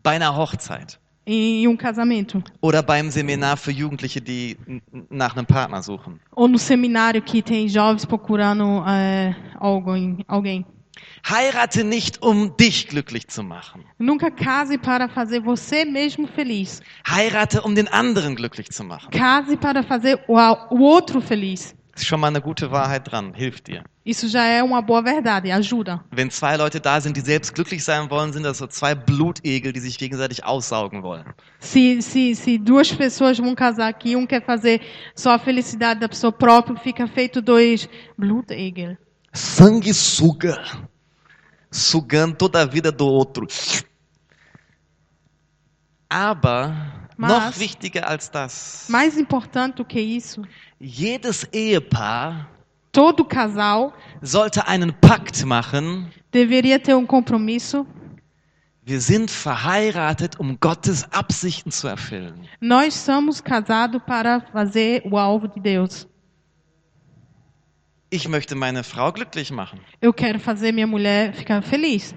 [SPEAKER 1] Bei einer Hochzeit
[SPEAKER 2] em um casamento
[SPEAKER 1] oder beim Seminar für Jugendliche, die n- n- nach einem Partner suchen.
[SPEAKER 2] ou no seminário que tem jovens procurando eh, alguém, alguém.
[SPEAKER 1] Heirate nicht, um dich glücklich zu machen.
[SPEAKER 2] Nunca case para fazer você mesmo feliz.
[SPEAKER 1] Heirate, um den anderen glücklich zu machen.
[SPEAKER 2] Case para fazer o, a- o outro feliz.
[SPEAKER 1] Ist schon mal eine gute Wahrheit dran, hilft dir.
[SPEAKER 2] Isso já é uma boa verdade, ajuda.
[SPEAKER 1] Wenn zwei Leute da sind, die selbst glücklich sein wollen, sind das so zwei Blutegel, die sich gegenseitig aussaugen wollen.
[SPEAKER 2] Se, se, se duas pessoas vão casar aqui, um quer fazer só a felicidade da pessoa própria, fica feito dois Blutegel.
[SPEAKER 1] Sanguessuga. Sugando toda a vida do outro. Aber
[SPEAKER 2] Mas-
[SPEAKER 1] noch wichtiger als das,
[SPEAKER 2] Mais importante do que isso,
[SPEAKER 1] jedes Ehepaar
[SPEAKER 2] todo casal
[SPEAKER 1] sollte einen Pakt machen.
[SPEAKER 2] deveria ter um compromisso.
[SPEAKER 1] Wir sind verheiratet, um Gottes Absichten zu erfüllen.
[SPEAKER 2] Nós somos casados para fazer o alvo de Deus.
[SPEAKER 1] Ich möchte meine Frau glücklich machen.
[SPEAKER 2] Eu quero fazer minha mulher ficar feliz.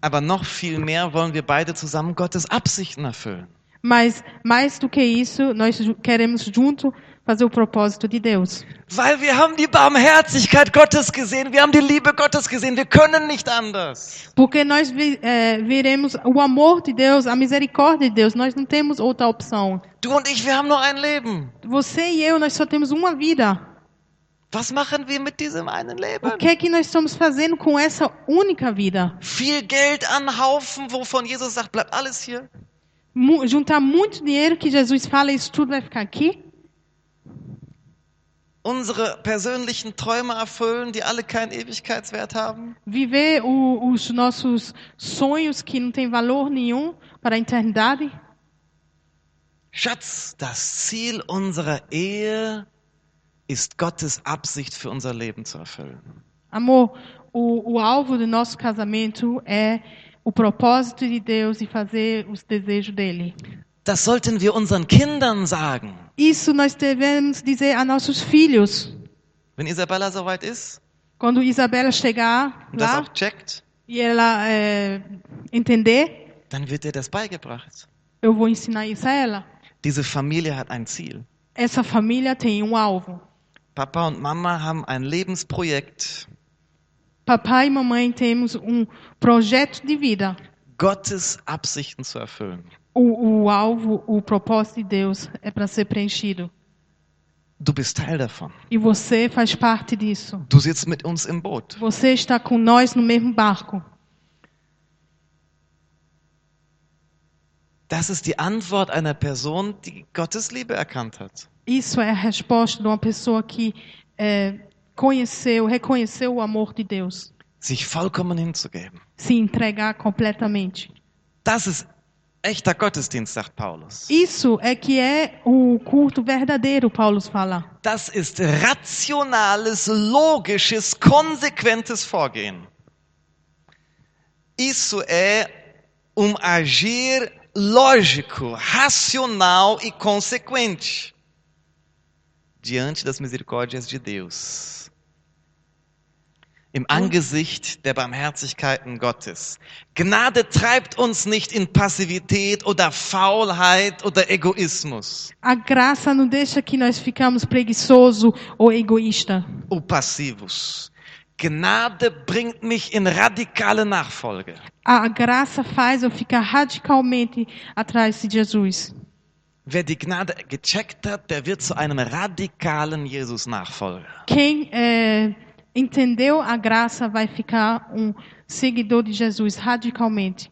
[SPEAKER 1] Aber noch viel mehr wollen wir beide zusammen Gottes Absichten erfüllen.
[SPEAKER 2] Mas, mais do que isso, nós ju- queremos junto fazer o propósito de Deus.
[SPEAKER 1] Weil wir haben die Barmherzigkeit Gottes gesehen, wir haben die Liebe Gottes gesehen, wir können nicht anders.
[SPEAKER 2] Porque nós vi, eh, veremos o amor de Deus, a misericórdia de Deus. Nós não temos outra opção.
[SPEAKER 1] Du und ich, wir haben nur ein Leben.
[SPEAKER 2] Você e eu, nós só temos uma vida.
[SPEAKER 1] Was machen wir mit diesem einen Leben?
[SPEAKER 2] O que é que nós estamos fazendo com essa única vida?
[SPEAKER 1] Viel Geld anhaufen, wovon Jesus sagt, bleibt alles hier.
[SPEAKER 2] Mu juntar muito dinheiro que Jesus fala, isso tudo vai ficar aqui?
[SPEAKER 1] Unsere persönlichen Träume erfüllen, die alle keinen Ewigkeitswert haben.
[SPEAKER 2] Viver o, os nossos sonhos que não tem valor nenhum para a eternidade?
[SPEAKER 1] Schatz, das Ziel unserer Ehe ist Gottes Absicht für unser Leben zu erfüllen.
[SPEAKER 2] Amor, o, o alvo do nosso casamento é o propósito de Deus e fazer os desejos dele.
[SPEAKER 1] Das sollten wir unseren Kindern sagen.
[SPEAKER 2] Isso nós devemos dizer a nossos filhos.
[SPEAKER 1] Wenn Isabella soweit ist
[SPEAKER 2] Quando Isabela chegar
[SPEAKER 1] und das
[SPEAKER 2] lá
[SPEAKER 1] auch checkt,
[SPEAKER 2] e ela eh, entender,
[SPEAKER 1] dann wird ihr das beigebracht.
[SPEAKER 2] eu vou ensinar isso a ela.
[SPEAKER 1] Diese Familie hat ein Ziel.
[SPEAKER 2] Essa família tem um alvo.
[SPEAKER 1] Papa und Mama haben ein Lebensprojekt.
[SPEAKER 2] Papai e mamãe temos um projeto de vida.
[SPEAKER 1] Gottes Absichten zu erfüllen.
[SPEAKER 2] O, o alvo, o propósito de Deus é para ser preenchido.
[SPEAKER 1] Du bist Teil davon.
[SPEAKER 2] E você faz parte disso.
[SPEAKER 1] Du sitzt mit uns im Boot.
[SPEAKER 2] Você está com nós no mesmo barco.
[SPEAKER 1] Das ist die Antwort einer Person, die Gottes Liebe erkannt hat.
[SPEAKER 2] Isso é a resposta de uma pessoa que eh, conheceu, reconheceu o amor de Deus.
[SPEAKER 1] Sich vollkommen hinzugeben.
[SPEAKER 2] Se entregar completamente.
[SPEAKER 1] Das ist echter Gottesdienst, sagt Paulus.
[SPEAKER 2] Isso é que é o culto verdadeiro, Paulo fala.
[SPEAKER 1] Das ist rationales, logisches, konsequentes Vorgehen. Isso é um agir lógico, racional e consequente diante das misericórdias de Deus. Im Angesicht der Barmherzigkeiten Gottes. Gnade treibt uns nicht in Passivität oder Faulheit oder Egoismus.
[SPEAKER 2] A graça não deixa que nós ficamos preguiçoso ou egoísta.
[SPEAKER 1] O passivus. Gnade bringt mich in radikale Nachfolge.
[SPEAKER 2] A graça faz eu ficar radicalmente atrás de Jesus.
[SPEAKER 1] Wer die Gnade gecheckt hat, der wird zu einem radikalen Jesus-Nachfolger.
[SPEAKER 2] Quem eh, entendeu a graça vai ficar um seguidor de Jesus radicalmente.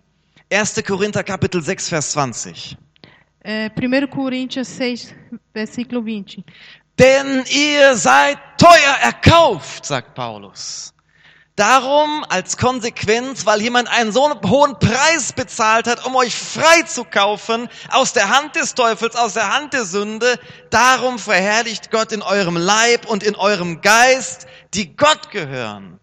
[SPEAKER 1] 1. Korinther Kapitel 6, Vers 20.
[SPEAKER 2] É, 1 Coríntios 6, versículo 20.
[SPEAKER 1] Denn ihr seid teuer erkauft, sagt Paulus. Darum als Konsequenz, weil jemand einen so hohen Preis bezahlt hat, um euch frei zu kaufen aus der Hand des Teufels, aus der Hand der Sünde, darum verherrlicht Gott in eurem Leib und in eurem Geist, die Gott gehören.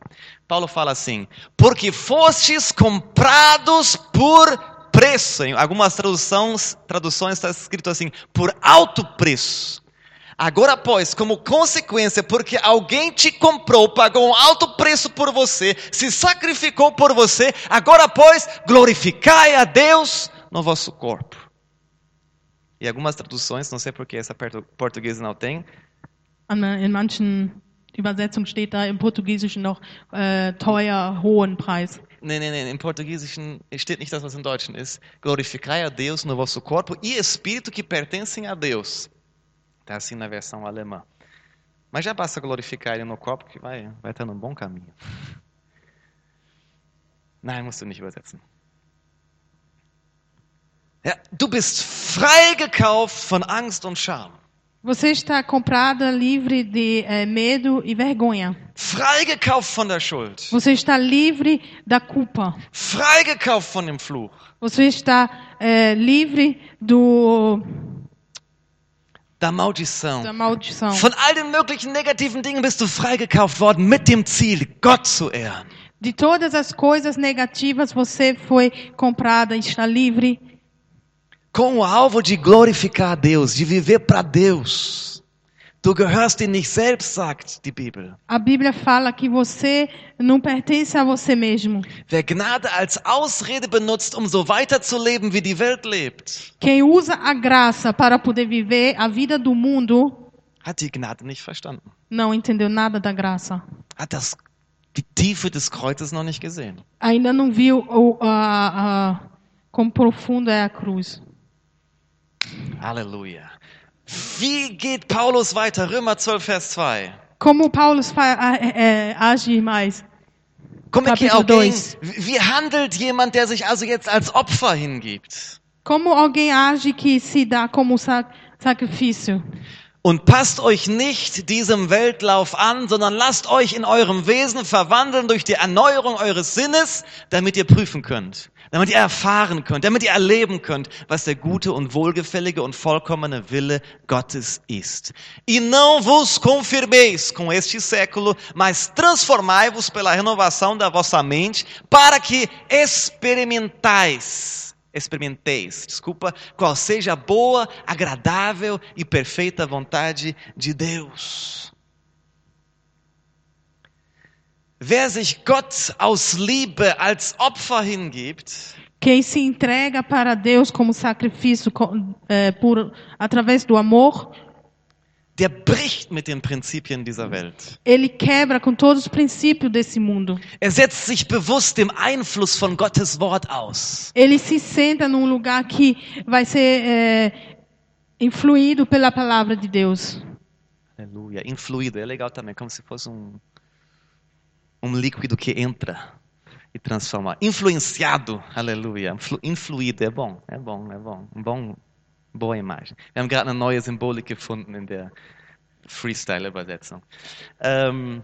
[SPEAKER 1] Paulo fala assim: porque fostes comprados por preço. Em algumas traduções, traduções está escrito assim: por alto preço. Agora, pois, como consequência, porque alguém te comprou, pagou um alto preço por você, se sacrificou por você, agora, pois, glorificai a Deus no vosso corpo. E algumas traduções, não sei porque essa perto- portuguesa não tem,
[SPEAKER 2] An- In manchen Übersetzungen steht da im Portugiesischen noch äh, teuer, hohen Preis.
[SPEAKER 1] Nein, nein, nein, im Portugiesischen steht nicht das, was im Deutschen ist. Glorificai a Deus no vosso corpo e espírito que pertencem a Deus. Está assim na versão alemã. Mas já basta glorificar ele no corpo, que vai vai estar num bom caminho. Nein, musst du nicht übersetzen. Ja, du bist freigekauft von Angst und Scham.
[SPEAKER 2] Você está comprada livre de eh, medo e vergonha.
[SPEAKER 1] Freigekauft von der Schuld.
[SPEAKER 2] Você está livre da culpa.
[SPEAKER 1] Freigekauft von dem Fluch.
[SPEAKER 2] Você está eh, livre do,
[SPEAKER 1] Da maldição.
[SPEAKER 2] da maldição.
[SPEAKER 1] Von all den möglichen negativen Dingen bist du freigekauft worden mit dem Ziel, Gott zu ehren.
[SPEAKER 2] De todas as coisas negativas você foi comprada, está livre
[SPEAKER 1] Com o alvo de glorificar a Deus, de viver para Deus. Du gehörst dir nicht selbst, sagt die Bibel.
[SPEAKER 2] A Bíblia fala que você não pertence a você mesmo.
[SPEAKER 1] Wer Gnade als Ausrede benutzt, um so weiterzuleben, wie die Welt lebt,
[SPEAKER 2] Quem usa a graça para poder viver a vida do mundo
[SPEAKER 1] hat die Gnade nicht verstanden.
[SPEAKER 2] não entendeu nada da graça.
[SPEAKER 1] Hat das, die Tiefe des Kreuzes noch nicht gesehen.
[SPEAKER 2] Ainda não viu o, a, a, quão profundo é a cruz.
[SPEAKER 1] Halleluja. Wie geht Paulus weiter? Römer 12, Vers 2.
[SPEAKER 2] Como Paulo fa- a- é, age mais?
[SPEAKER 1] Como é que
[SPEAKER 2] Capítulo
[SPEAKER 1] alguém,
[SPEAKER 2] dois.
[SPEAKER 1] wie handelt jemand, der sich also jetzt als Opfer hingibt?
[SPEAKER 2] Como alguém age que se dá como sa- sacrifício?
[SPEAKER 1] Und passt euch nicht diesem Weltlauf an, sondern lasst euch in eurem Wesen verwandeln durch die Erneuerung eures Sinnes, damit ihr prüfen könnt, damit ihr erfahren könnt, damit ihr erleben könnt, was der gute und wohlgefällige und vollkommene Wille Gottes ist. E não vos confirmeis com este século, mas transformai-vos pela renovação da vossa mente, para que experimentais, experimenteis, desculpa, qual seja a boa, agradável e perfeita vontade de Deus. Wer sich Gott aus Liebe als Opfer hingibt,
[SPEAKER 2] Quem se entrega para Deus como sacrifício co- eh, por, através do amor,
[SPEAKER 1] der bricht mit den Prinzipien dieser Welt.
[SPEAKER 2] ele quebra com todos os princípios desse mundo.
[SPEAKER 1] Er setzt sich bewusst dem Einfluss von Gottes Wort aus.
[SPEAKER 2] Ele se senta num lugar que vai ser eh, influído pela palavra de Deus.
[SPEAKER 1] Aleluia. Influído. É legal também, como se fosse um, um líquido que entra e transforma. Influenciado. Aleluia. Influ- Influído. É bom, é bom, é bom. Um bom boa imagem. um Wir haben gerade eine neue Symbolik gefunden in der Freestyle-Übersetzung. Ähm,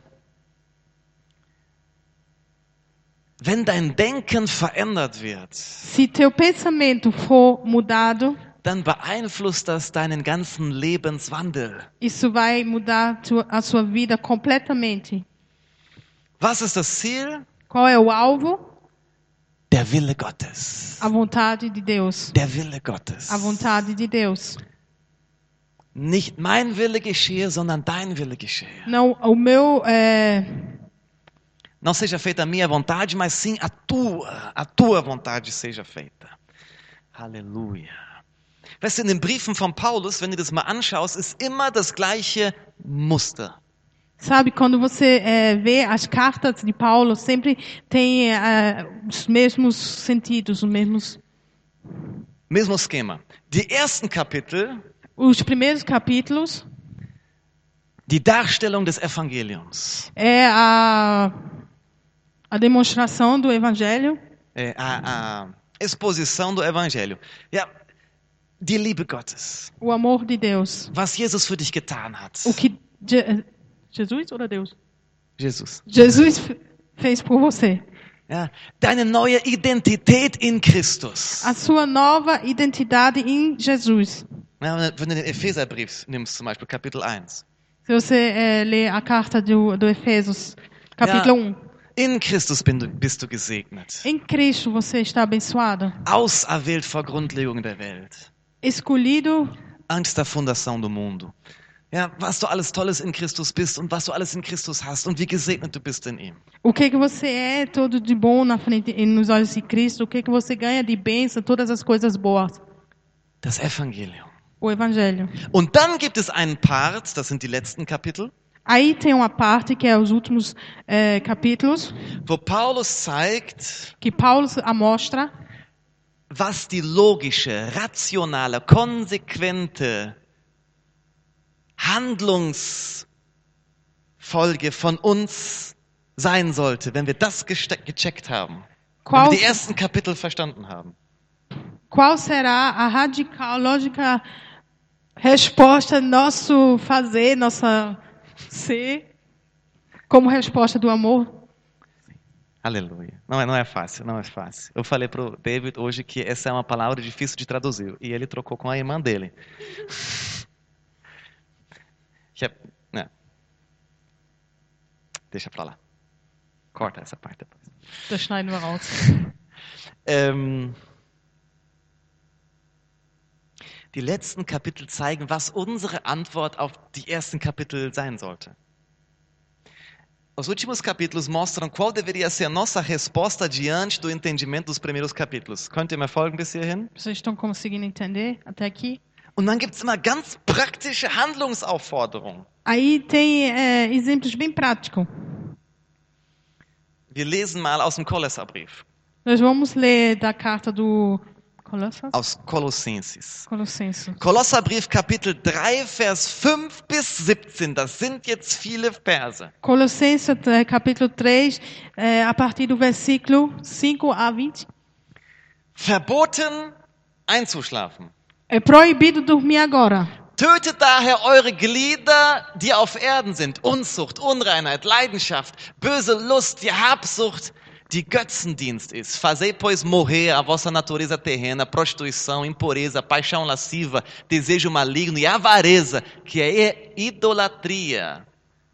[SPEAKER 1] wenn dein Denken verändert wird,
[SPEAKER 2] Se teu pensamento for mudado,
[SPEAKER 1] dann beeinflusst das deinen ganzen Lebenswandel.
[SPEAKER 2] isso vai mudar tu- a sua vida completamente.
[SPEAKER 1] Was ist das Ziel?
[SPEAKER 2] Qual é o alvo?
[SPEAKER 1] Der Wille Gottes.
[SPEAKER 2] A vontade de Deus.
[SPEAKER 1] Der Wille Gottes.
[SPEAKER 2] A vontade de Deus.
[SPEAKER 1] Nicht mein Wille geschehe, sondern dein Wille geschehe.
[SPEAKER 2] Não, o meu é,
[SPEAKER 1] Não seja feita a minha vontade, mas sim a tua. A tua vontade seja feita. Halleluja. Weißt du, in den Briefen von Paulus, wenn du das mal anschaust, ist immer das gleiche Muster.
[SPEAKER 2] sabe quando você é, vê as cartas de Paulo sempre tem é, os mesmos sentidos, os mesmos.
[SPEAKER 1] Mesmo esquema. Die ersten Kapitel,
[SPEAKER 2] Os primeiros capítulos
[SPEAKER 1] die Darstellung des Evangeliums.
[SPEAKER 2] é a a demonstração do Evangelho,
[SPEAKER 1] É, äh, a, a exposição do Evangelho. Ja, die Liebe Gottes,
[SPEAKER 2] o amor de Deus.
[SPEAKER 1] was Jesus für dich getan hat.
[SPEAKER 2] O que Je- Jesus ou Deus?
[SPEAKER 1] Jesus.
[SPEAKER 2] Jesus fe- fez por você.
[SPEAKER 1] Ja, deine neue Identität in Christus.
[SPEAKER 2] A sua nova identidade em Jesus.
[SPEAKER 1] Ja, wenn du den Epheserbrief nimmst, zum Beispiel Kapitel 1.
[SPEAKER 2] Se você eh, lê a carta do, do Efésios, capítulo
[SPEAKER 1] Yeah.
[SPEAKER 2] 1.
[SPEAKER 1] In Christus bin du, bist du gesegnet.
[SPEAKER 2] Em Cristo você está abençoado,
[SPEAKER 1] Auserwählt vor Grundlegung der Welt.
[SPEAKER 2] escolhido,
[SPEAKER 1] Angst der Fundação do Mundo. Ja, was du alles Tolles in Christus bist und was du alles in Christus hast und wie gesegnet du bist in ihm.
[SPEAKER 2] o que que você é todo de bom na frente e nos olhos de Cristo, o que que você ganha de bênção, todas as coisas boas.
[SPEAKER 1] Das Evangelium.
[SPEAKER 2] O Evangelho.
[SPEAKER 1] Und dann gibt es einen Part, das sind die letzten Kapitel,
[SPEAKER 2] Aí tem uma parte que é os últimos eh, capítulos
[SPEAKER 1] wo Paulus zeigt,
[SPEAKER 2] que Paulo amostra
[SPEAKER 1] was die logische, rationale, konsequente Handlungsfolge von uns sein sollte, wenn wir das geste- gecheckt haben. Wenn
[SPEAKER 2] qual
[SPEAKER 1] wir die ersten Kapitel verstanden haben.
[SPEAKER 2] qual será a radical lógica resposta nosso fazer, nossa ser como resposta do amor
[SPEAKER 1] Aleluia. Não é, não é fácil, não é fácil. Eu falei pro David hoje que essa é uma palavra difícil de traduzir e ele trocou com a irmã dele. Que é- né. Deixa pra lá. Corta essa parte depois.
[SPEAKER 2] Das schneiden wir raus.
[SPEAKER 1] Ähm, die letzten Kapitel zeigen, was unsere Antwort auf die ersten Kapitel sein sollte. Os últimos capítulos mostram qual deveria ser a nossa resposta diante do entendimento dos primeiros capítulos. Könnt ihr mir folgen bis hierhin?
[SPEAKER 2] Vocês estão conseguindo entender até aqui?
[SPEAKER 1] Und dann gibt es immer ganz praktische Handlungsaufforderungen.
[SPEAKER 2] Aí tem é, exemplos bem práticos.
[SPEAKER 1] Wir lesen mal aus dem Kolosserbrief,
[SPEAKER 2] Nós vamos ler da carta do Colossas?
[SPEAKER 1] aus Kolossenses.
[SPEAKER 2] Colossenses.
[SPEAKER 1] Kolosserbrief Kapitel 3, Vers 5 bis 17. Das sind jetzt viele Verse.
[SPEAKER 2] Colossenses, é, capítulo 3, é, a partir do versículo 5 a 20.
[SPEAKER 1] Verboten einzuschlafen.
[SPEAKER 2] É proibido dormir agora.
[SPEAKER 1] Tötet daher eure Glieder, die auf Erden sind. Unzucht, Unreinheit, Leidenschaft, böse Lust, die Habsucht, de Götzendienst ist. Fazei, pois, morrer a vossa natureza terrena, prostituição, impureza, paixão lasciva, desejo maligno e avareza, que é idolatria.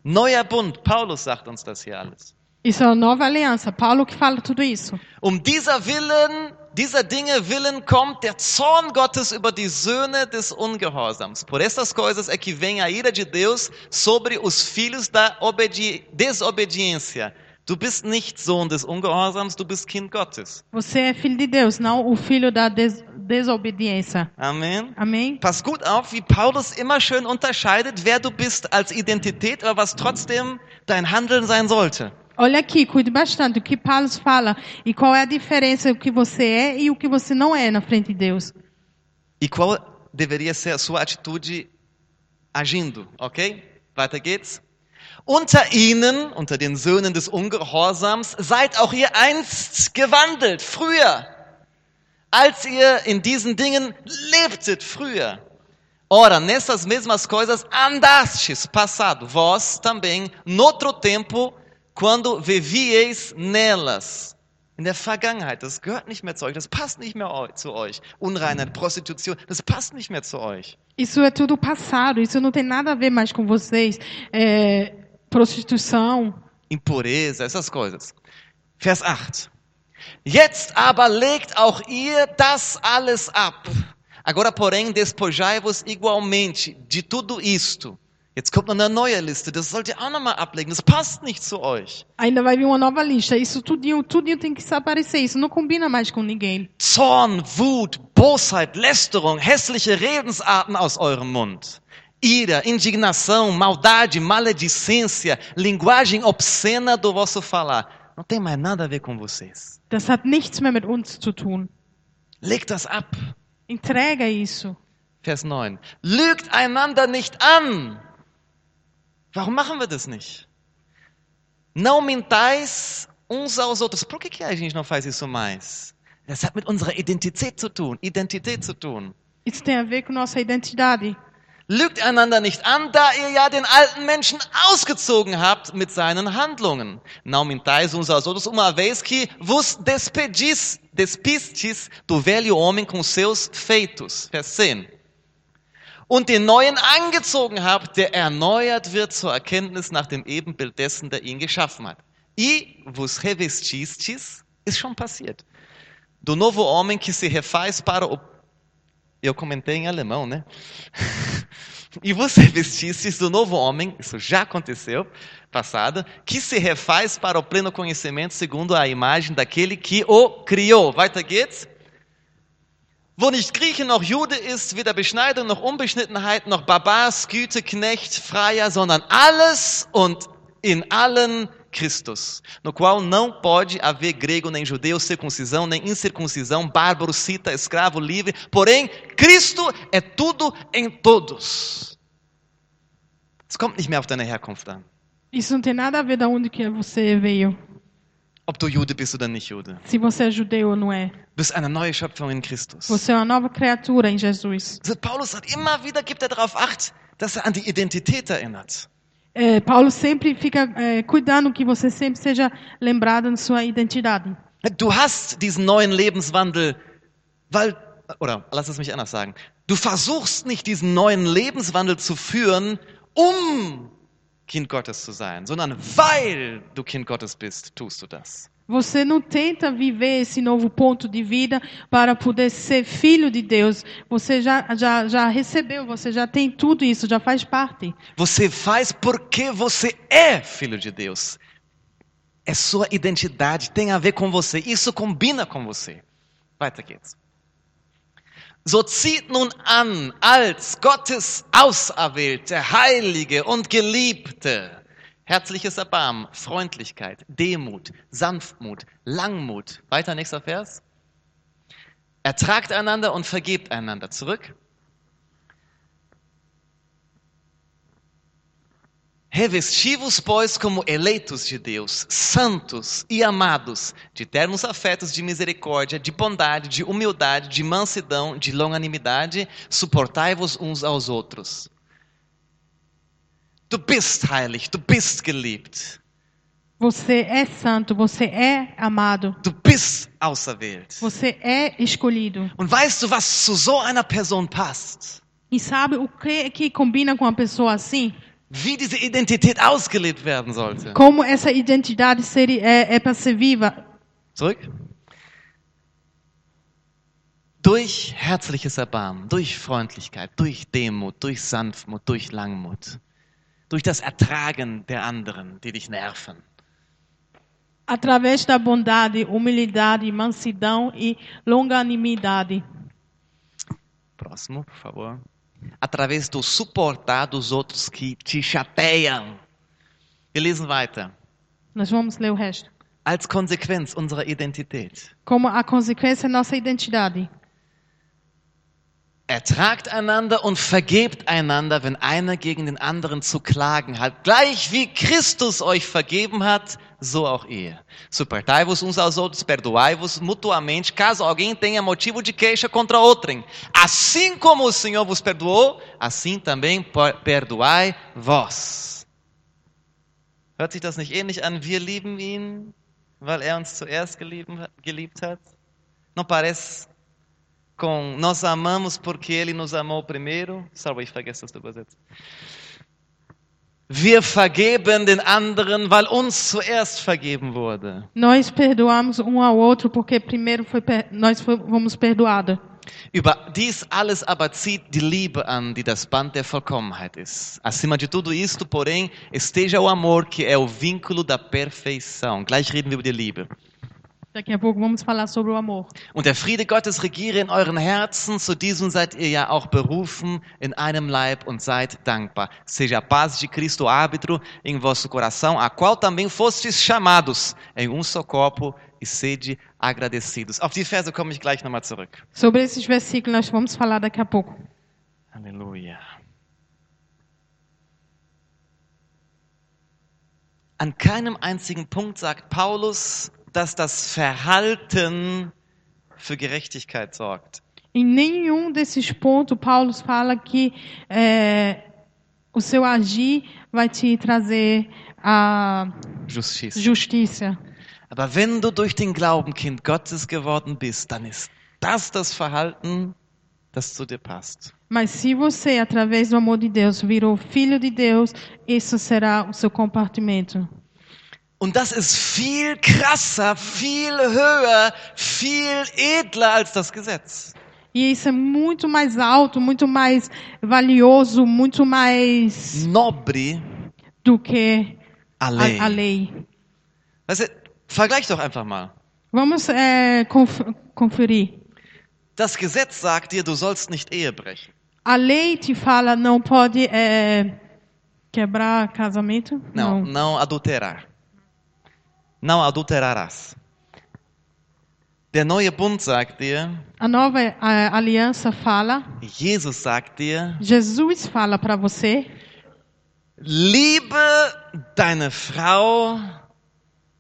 [SPEAKER 1] Neuer Bund, Paulus sagt uns das hier alles.
[SPEAKER 2] Isso é uma nova aliança. Paulo que fala tudo isso.
[SPEAKER 1] Um dieser Willen, dieser Dinge willen kommt der Zorn Gottes über die Söhne des Ungehorsams. Por estas coisas é que vem a ira de Deus sobre os filhos da obedi desobediência. Du bist nicht Sohn des Ungehorsams, du bist Kind Gottes.
[SPEAKER 2] Você é filho de Deus, não o filho da des desobediência.
[SPEAKER 1] Amen.
[SPEAKER 2] Amém?
[SPEAKER 1] Pass gut auf, wie Paulus immer schön unterscheidet, wer du bist als Identität, aber was trotzdem dein Handeln sein sollte.
[SPEAKER 2] Olha aqui, cuide bastante o que Paulo fala e qual é a diferença o que você é e o que você não é na frente de Deus.
[SPEAKER 1] E qual deveria ser a sua atitude agindo, ok? Weiter geht's. Unter ihnen, unter den Söhnen des Ungehorsams, seid auch ihr einst gewandelt, früher, als ihr in diesen Dingen lebtet, früher. Ora, nessas mesmas coisas andastes, passado, vós também, noutro tempo, quando vivieis nelas. In der Vergangenheit, das gehört nicht mehr zu euch, das passt nicht mehr eu- zu euch. Unreinheit, Prostitution, das passt nicht mehr zu euch.
[SPEAKER 2] Isso é tudo passado, isso não tem nada a ver mais com vocês. É, prostituição.
[SPEAKER 1] Impureza, essas coisas. Vers 8. Jetzt aber legt auch ihr das alles ab. Agora, porém, despojai-vos igualmente de tudo isto. Jetzt kommt noch eine neue Liste, das sollt ihr auch nochmal ablegen, das passt nicht zu euch.
[SPEAKER 2] Ainda vai vir uma nova lista. Isso tudinho, tudinho tem que desaparecer. Isso não combina mais com ninguém.
[SPEAKER 1] Zorn, Wut, Bosheit, Lästerung, hässliche Redensarten aus eurem Mund. Ira, indignação, maldade, maledicência, linguagem obscena do vosso falar. Não tem mais nada a ver com vocês.
[SPEAKER 2] Das hat nichts mehr mit uns zu tun.
[SPEAKER 1] Legt das ab.
[SPEAKER 2] Entrega isso.
[SPEAKER 1] Vers 9. Lügt einander nicht an. Warum machen wir das nicht? Não mintais uns aos outros. Por que, que a gente não faz isso mais? Das hat mit unserer Identität zu tun. Identität zu tun.
[SPEAKER 2] Isso tem a ver com nossa identidade.
[SPEAKER 1] Lügt einander nicht an, da ihr ja den alten Menschen ausgezogen habt mit seinen Handlungen. Não mintais uns aos outros, uma vez que vos despedis, despistes do velho homem com seus feitos. Vers 10. Und den neuen angezogen habt, der erneuert wird zur Erkenntnis nach dem Ebenbild dessen, der ihn geschaffen hat. E vos revestistes, ist schon passiert. Do novo homem que se refaz para o... Eu comentei em alemão, né? E você vestistes do novo homem, isso já aconteceu, passado, que se refaz para o pleno conhecimento segundo a imagem daquele que o criou. Weiter geht's. Wo nicht Grieche noch Jude ist, weder Beschneidung noch Unbeschnittenheit noch Barbar, Sküte, Knecht, Freier, sondern alles und in allen Christus, no qual não pode haver grego nem judeu, circuncisão nem incircuncisão, bárbaro, cita, escravo, livre, porém Cristo é tudo em todos. Es kommt nicht mehr auf deine Herkunft an,
[SPEAKER 2] Isso não tem nada a ver da onde que você veio.
[SPEAKER 1] ob du Jude bist oder nicht Jude.
[SPEAKER 2] Se você é judeu ou não é.
[SPEAKER 1] Du bist eine neue Schöpfung in Christus.
[SPEAKER 2] Você é uma nova criatura em Jesus.
[SPEAKER 1] Also Paulus sagt immer wieder, gibt er darauf acht, dass er an die Identität erinnert.
[SPEAKER 2] É, Paulo sempre fica é, cuidando que você sempre seja lembrado na sua identidade.
[SPEAKER 1] Du hast diesen neuen Lebenswandel, weil, oder lass es mich anders sagen, du versuchst nicht diesen neuen Lebenswandel zu führen, um Kind Gottes zu sein, sondern weil du Kind Gottes bist, tust du das.
[SPEAKER 2] Você não tenta viver esse novo ponto de vida para poder ser filho de Deus. Você já, já, já recebeu, você já tem tudo isso, já faz parte.
[SPEAKER 1] Você faz porque você é filho de Deus. É sua identidade, tem a ver com você. Isso combina com você. Weiter geht's. So zieht nun an als Gottes Auserwählte, Heilige und Geliebte. Herzliches Erbarmen, Freundlichkeit, Demut, Sanftmut, Langmut. Weiter nächster Vers. Ertragt einander und vergebt einander. Zurück. Revesti-vos, pois, como eleitos de Deus, santos e amados, de ternos afetos de misericórdia, de bondade, de humildade, de mansidão, de longanimidade, suportai-vos uns aos outros. Du bist heilig, du bist geliebt.
[SPEAKER 2] Você é santo, você é amado,
[SPEAKER 1] Du bist auserwählt.
[SPEAKER 2] você é escolhido.
[SPEAKER 1] Und weißt du, was zu so einer Person passt?
[SPEAKER 2] E sabe o que que combina com uma pessoa assim?
[SPEAKER 1] Wie diese Identität ausgelebt werden sollte.
[SPEAKER 2] Como essa identidade ser, é, é para ser viva?
[SPEAKER 1] Zurück. Durch herzliches Erbarmen, durch Freundlichkeit, durch Demut, durch Sanftmut, durch Langmut, durch das Ertragen der anderen, die dich nerven.
[SPEAKER 2] Através da bondade, humildade, mansidão e longanimidade.
[SPEAKER 1] Próximo, por favor. Através do suportar dos outros que te chateiam. Wir lesen weiter.
[SPEAKER 2] Nós vamos ler o resto.
[SPEAKER 1] Als Konsequenz unserer Identität.
[SPEAKER 2] Como a consequência é nossa identidade.
[SPEAKER 1] Ertragt einander und vergebt einander, wenn einer gegen den anderen zu klagen hat. Gleich wie Christus euch vergeben hat, so auch ihr. Suportai-vos uns aos outros, perdoai-vos mutuamente, caso alguém tenha motivo de queixa contra outrem. Assim como o Senhor vos perdoou, assim também per- perdoai vós. Hört sich das nicht ähnlich an? Wir lieben ihn, weil er uns zuerst gelieben- geliebt hat. Não parece com nós amamos porque ele nos amou primeiro. Sorry, ich vergesse das zu übersetzen. Wir vergeben den anderen, weil uns zuerst vergeben wurde.
[SPEAKER 2] Nós perdoamos um ao outro porque primeiro foi per... nós fomos perdoados.
[SPEAKER 1] Über dies alles aber zieht die Liebe an, die das Band der Vollkommenheit ist. Acima de tudo isto, porém, esteja o amor, que é o vínculo da perfeição. Gleich reden wir über die Liebe.
[SPEAKER 2] Daqui a pouco vamos falar sobre o amor.
[SPEAKER 1] Und der Friede Gottes regiere in euren Herzen, zu diesem seid ihr ja auch berufen in einem Leib und seid dankbar. Seja a paz de Cristo árbitro em vosso coração, a qual também fostes chamados em um só corpo e sede agradecidos. Auf die Verse komme ich gleich nochmal zurück.
[SPEAKER 2] Sobre esses versículos nós vamos falar daqui a pouco.
[SPEAKER 1] Halleluja. An keinem einzigen Punkt sagt Paulus, dass das Verhalten für Gerechtigkeit sorgt.
[SPEAKER 2] Em nenhum desses pontos Paulo fala que eh, o seu agir vai te trazer a
[SPEAKER 1] Justiça.
[SPEAKER 2] justiça.
[SPEAKER 1] Aber wenn du durch den Glauben Kind Gottes geworden bist, dann ist das das Verhalten, das zu dir passt.
[SPEAKER 2] Mas se você, através do amor de Deus, virou filho de Deus, isso será o seu compartimento.
[SPEAKER 1] Und das ist viel krasser, viel höher, viel edler als das Gesetz.
[SPEAKER 2] E isso é muito mais alto, muito mais valioso, muito mais
[SPEAKER 1] Nobri
[SPEAKER 2] do que
[SPEAKER 1] a lei.
[SPEAKER 2] a, a lei.
[SPEAKER 1] Weißt du, vergleich doch einfach mal.
[SPEAKER 2] Vamos eh, conf conferir.
[SPEAKER 1] Das Gesetz sagt dir, du sollst nicht Ehe brechen.
[SPEAKER 2] A lei te fala não pode eh, quebrar casamento?
[SPEAKER 1] Não, não, adulterar. Não adulterarás. Der neue Bund sagt dir,
[SPEAKER 2] A nova eh, aliança fala,
[SPEAKER 1] Jesus sagt dir,
[SPEAKER 2] Jesus fala para você,
[SPEAKER 1] Liebe deine Frau,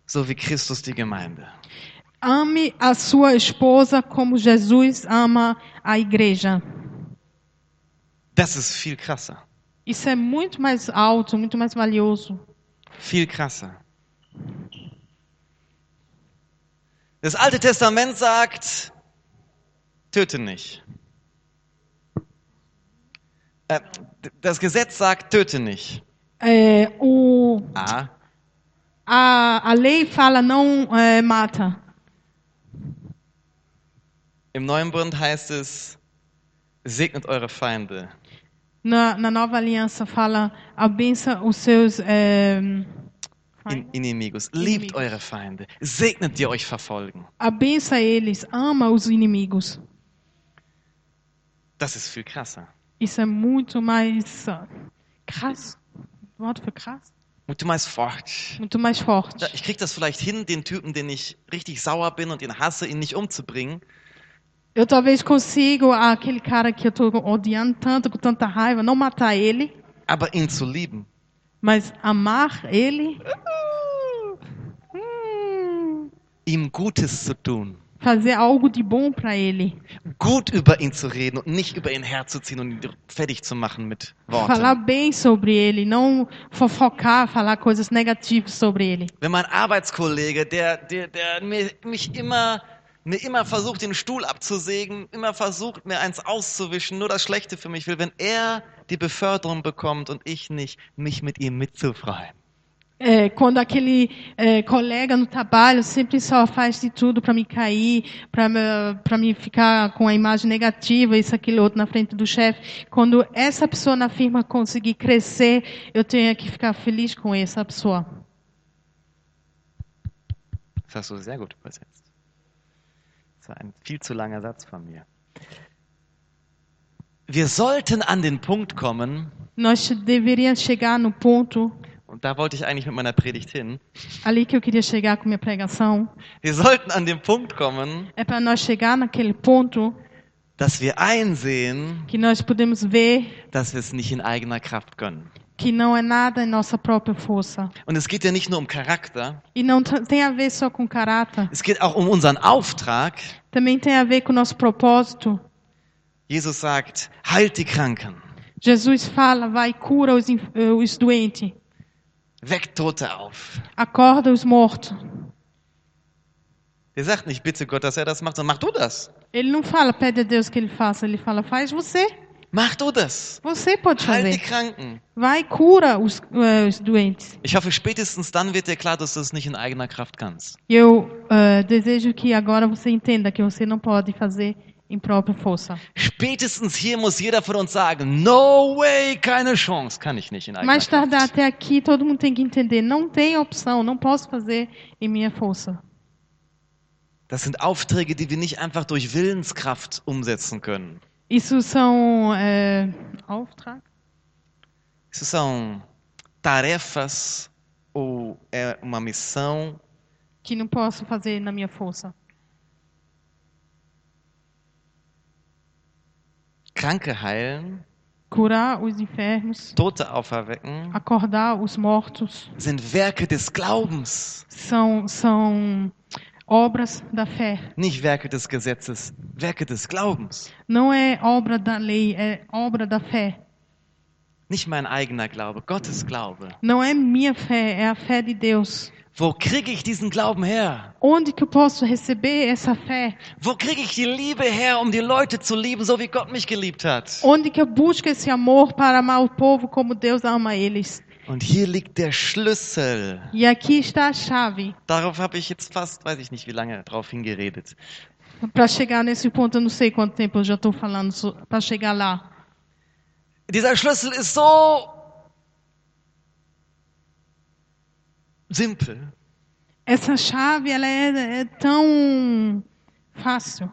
[SPEAKER 1] so wie Christus die Gemeinde.
[SPEAKER 2] ame a sua esposa como Jesus ama a igreja.
[SPEAKER 1] Das ist viel krasser.
[SPEAKER 2] Isso é muito mais alto, muito mais valioso.
[SPEAKER 1] Viel krasser. Das Alte Testament sagt, töte nicht. Äh, d- Das Gesetz sagt, töte nicht.
[SPEAKER 2] Eh, o,
[SPEAKER 1] A.
[SPEAKER 2] a, a lei fala não eh, mata.
[SPEAKER 1] Im Neuen Bund heißt es, segnet eure Feinde.
[SPEAKER 2] Na, na nova aliança fala abença os seus. eh,
[SPEAKER 1] In inimigos. Liebt
[SPEAKER 2] Inimigos.
[SPEAKER 1] eure Feinde. Segnet, die euch verfolgen.
[SPEAKER 2] abença eles, ama os inimigos.
[SPEAKER 1] Das ist viel krasser.
[SPEAKER 2] Isso é muito mais ah, krass. Wort für krass?
[SPEAKER 1] Muito mais forte.
[SPEAKER 2] Muito mais forte.
[SPEAKER 1] Ja, Ich krieg das vielleicht hin, den Typen, den ich richtig sauer bin und ihn hasse, ihn nicht umzubringen.
[SPEAKER 2] Eu talvez consiga ah, aquele cara que eu tô odiando tanto, com tanta raiva, não matar ele,
[SPEAKER 1] Aber ihn zu lieben,
[SPEAKER 2] mas amar ele,
[SPEAKER 1] ihm Gutes zu tun,
[SPEAKER 2] fazer algo de bom para ele.
[SPEAKER 1] gut über ihn zu reden und nicht über ihn herzuziehen und ihn fertig zu machen mit
[SPEAKER 2] Falar
[SPEAKER 1] Worten.
[SPEAKER 2] bem sobre ele, não fofocar, falar coisas negativas sobre ele.
[SPEAKER 1] Wenn mein Arbeitskollege, der, der, der mir, mich immer, mir immer versucht, den Stuhl abzusägen, immer versucht, mir eins auszuwischen, nur das Schlechte für mich will, wenn er die Beförderung bekommt und ich nicht, mich mit ihm mitzufreien.
[SPEAKER 2] É, quando aquele é, colega no trabalho sempre só faz de tudo para me cair, para me ficar com a imagem negativa, isso, aquilo, outro na frente do chefe. Quando essa pessoa na firma conseguir crescer, eu tenho que ficar feliz com essa pessoa.
[SPEAKER 1] Das hast du sehr gut übersetzt. Das war ein viel zu langer Satz von mir. Wir sollten an den Punkt kommen,
[SPEAKER 2] Nós deveríamos chegar no ponto
[SPEAKER 1] und da wollte ich eigentlich mit meiner Predigt hin,
[SPEAKER 2] ali que eu queria chegar com minha pregação,
[SPEAKER 1] wir sollten an den Punkt kommen,
[SPEAKER 2] é para nós chegar naquele ponto
[SPEAKER 1] dass wir einsehen,
[SPEAKER 2] que nós podemos ver
[SPEAKER 1] dass wir es nicht in eigener Kraft können.
[SPEAKER 2] que não é nada em nossa própria força.
[SPEAKER 1] Und es geht ja nicht nur um Charakter,
[SPEAKER 2] E não tra- tem a ver só com caráter.
[SPEAKER 1] es geht auch um unseren Auftrag.
[SPEAKER 2] Também tem a ver com o nosso propósito.
[SPEAKER 1] Jesus sagt, heilt die Kranken,
[SPEAKER 2] Jesus fala, vai, cura os, inf- eh, os doentes,
[SPEAKER 1] weckt Tote auf.
[SPEAKER 2] acorda os mortos.
[SPEAKER 1] Er sagt nicht, bitte Gott, dass er das macht, sondern mach du das.
[SPEAKER 2] Ele não fala, pede a Deus que ele faça, ele fala, faz você.
[SPEAKER 1] Mach du das.
[SPEAKER 2] Você pode
[SPEAKER 1] Heilt die
[SPEAKER 2] fazer.
[SPEAKER 1] Kranken.
[SPEAKER 2] Vai, cura os, eh, os doentes.
[SPEAKER 1] Ich hoffe, spätestens dann wird dir klar, dass du es nicht in eigener Kraft kannst.
[SPEAKER 2] E eu eh, desejo que agora você entenda que você não pode fazer em própria força.
[SPEAKER 1] Spätestens hier muss jeder von uns sagen, no way, keine Chance, kann ich nicht in eigener
[SPEAKER 2] Mais tardar
[SPEAKER 1] Kraft.
[SPEAKER 2] até aqui, todo mundo tem que entender, não tem opção, não posso fazer em minha força.
[SPEAKER 1] Das sind Aufträge, die wir nicht einfach durch Willenskraft umsetzen können.
[SPEAKER 2] Isso são eh, auftrag?
[SPEAKER 1] Isso são tarefas ou é uma missão
[SPEAKER 2] que não posso fazer na minha força.
[SPEAKER 1] Kranke heilen,
[SPEAKER 2] Curar os enfermos,
[SPEAKER 1] Tote auferwecken,
[SPEAKER 2] acordar os mortos,
[SPEAKER 1] sind Werke des Glaubens,
[SPEAKER 2] são, são obras da fé.
[SPEAKER 1] nicht Werke des Gesetzes, Werke des Glaubens.
[SPEAKER 2] Não é obra da lei, é obra da fé.
[SPEAKER 1] Nicht mein eigener Glaube, Gottes Glaube.
[SPEAKER 2] Não é minha fé, é a fé de Deus.
[SPEAKER 1] Wo kriege ich diesen Glauben her?
[SPEAKER 2] Onde que eu posso receber essa fé?
[SPEAKER 1] Wo kriege ich die Liebe her, um die Leute zu lieben, so wie Gott mich geliebt hat?
[SPEAKER 2] Onde que eu busco esse amor para amar o povo como Deus ama eles?
[SPEAKER 1] Und hier liegt der Schlüssel.
[SPEAKER 2] E aqui está a chave.
[SPEAKER 1] Darauf habe ich jetzt fast, weiß ich nicht wie lange, drauf hingeredet.
[SPEAKER 2] Para chegar nesse ponto, eu não sei quanto tempo eu já estou falando para chegar lá.
[SPEAKER 1] Dieser Schlüssel ist so simpel.
[SPEAKER 2] Essa chave, ela é, é tão fácil.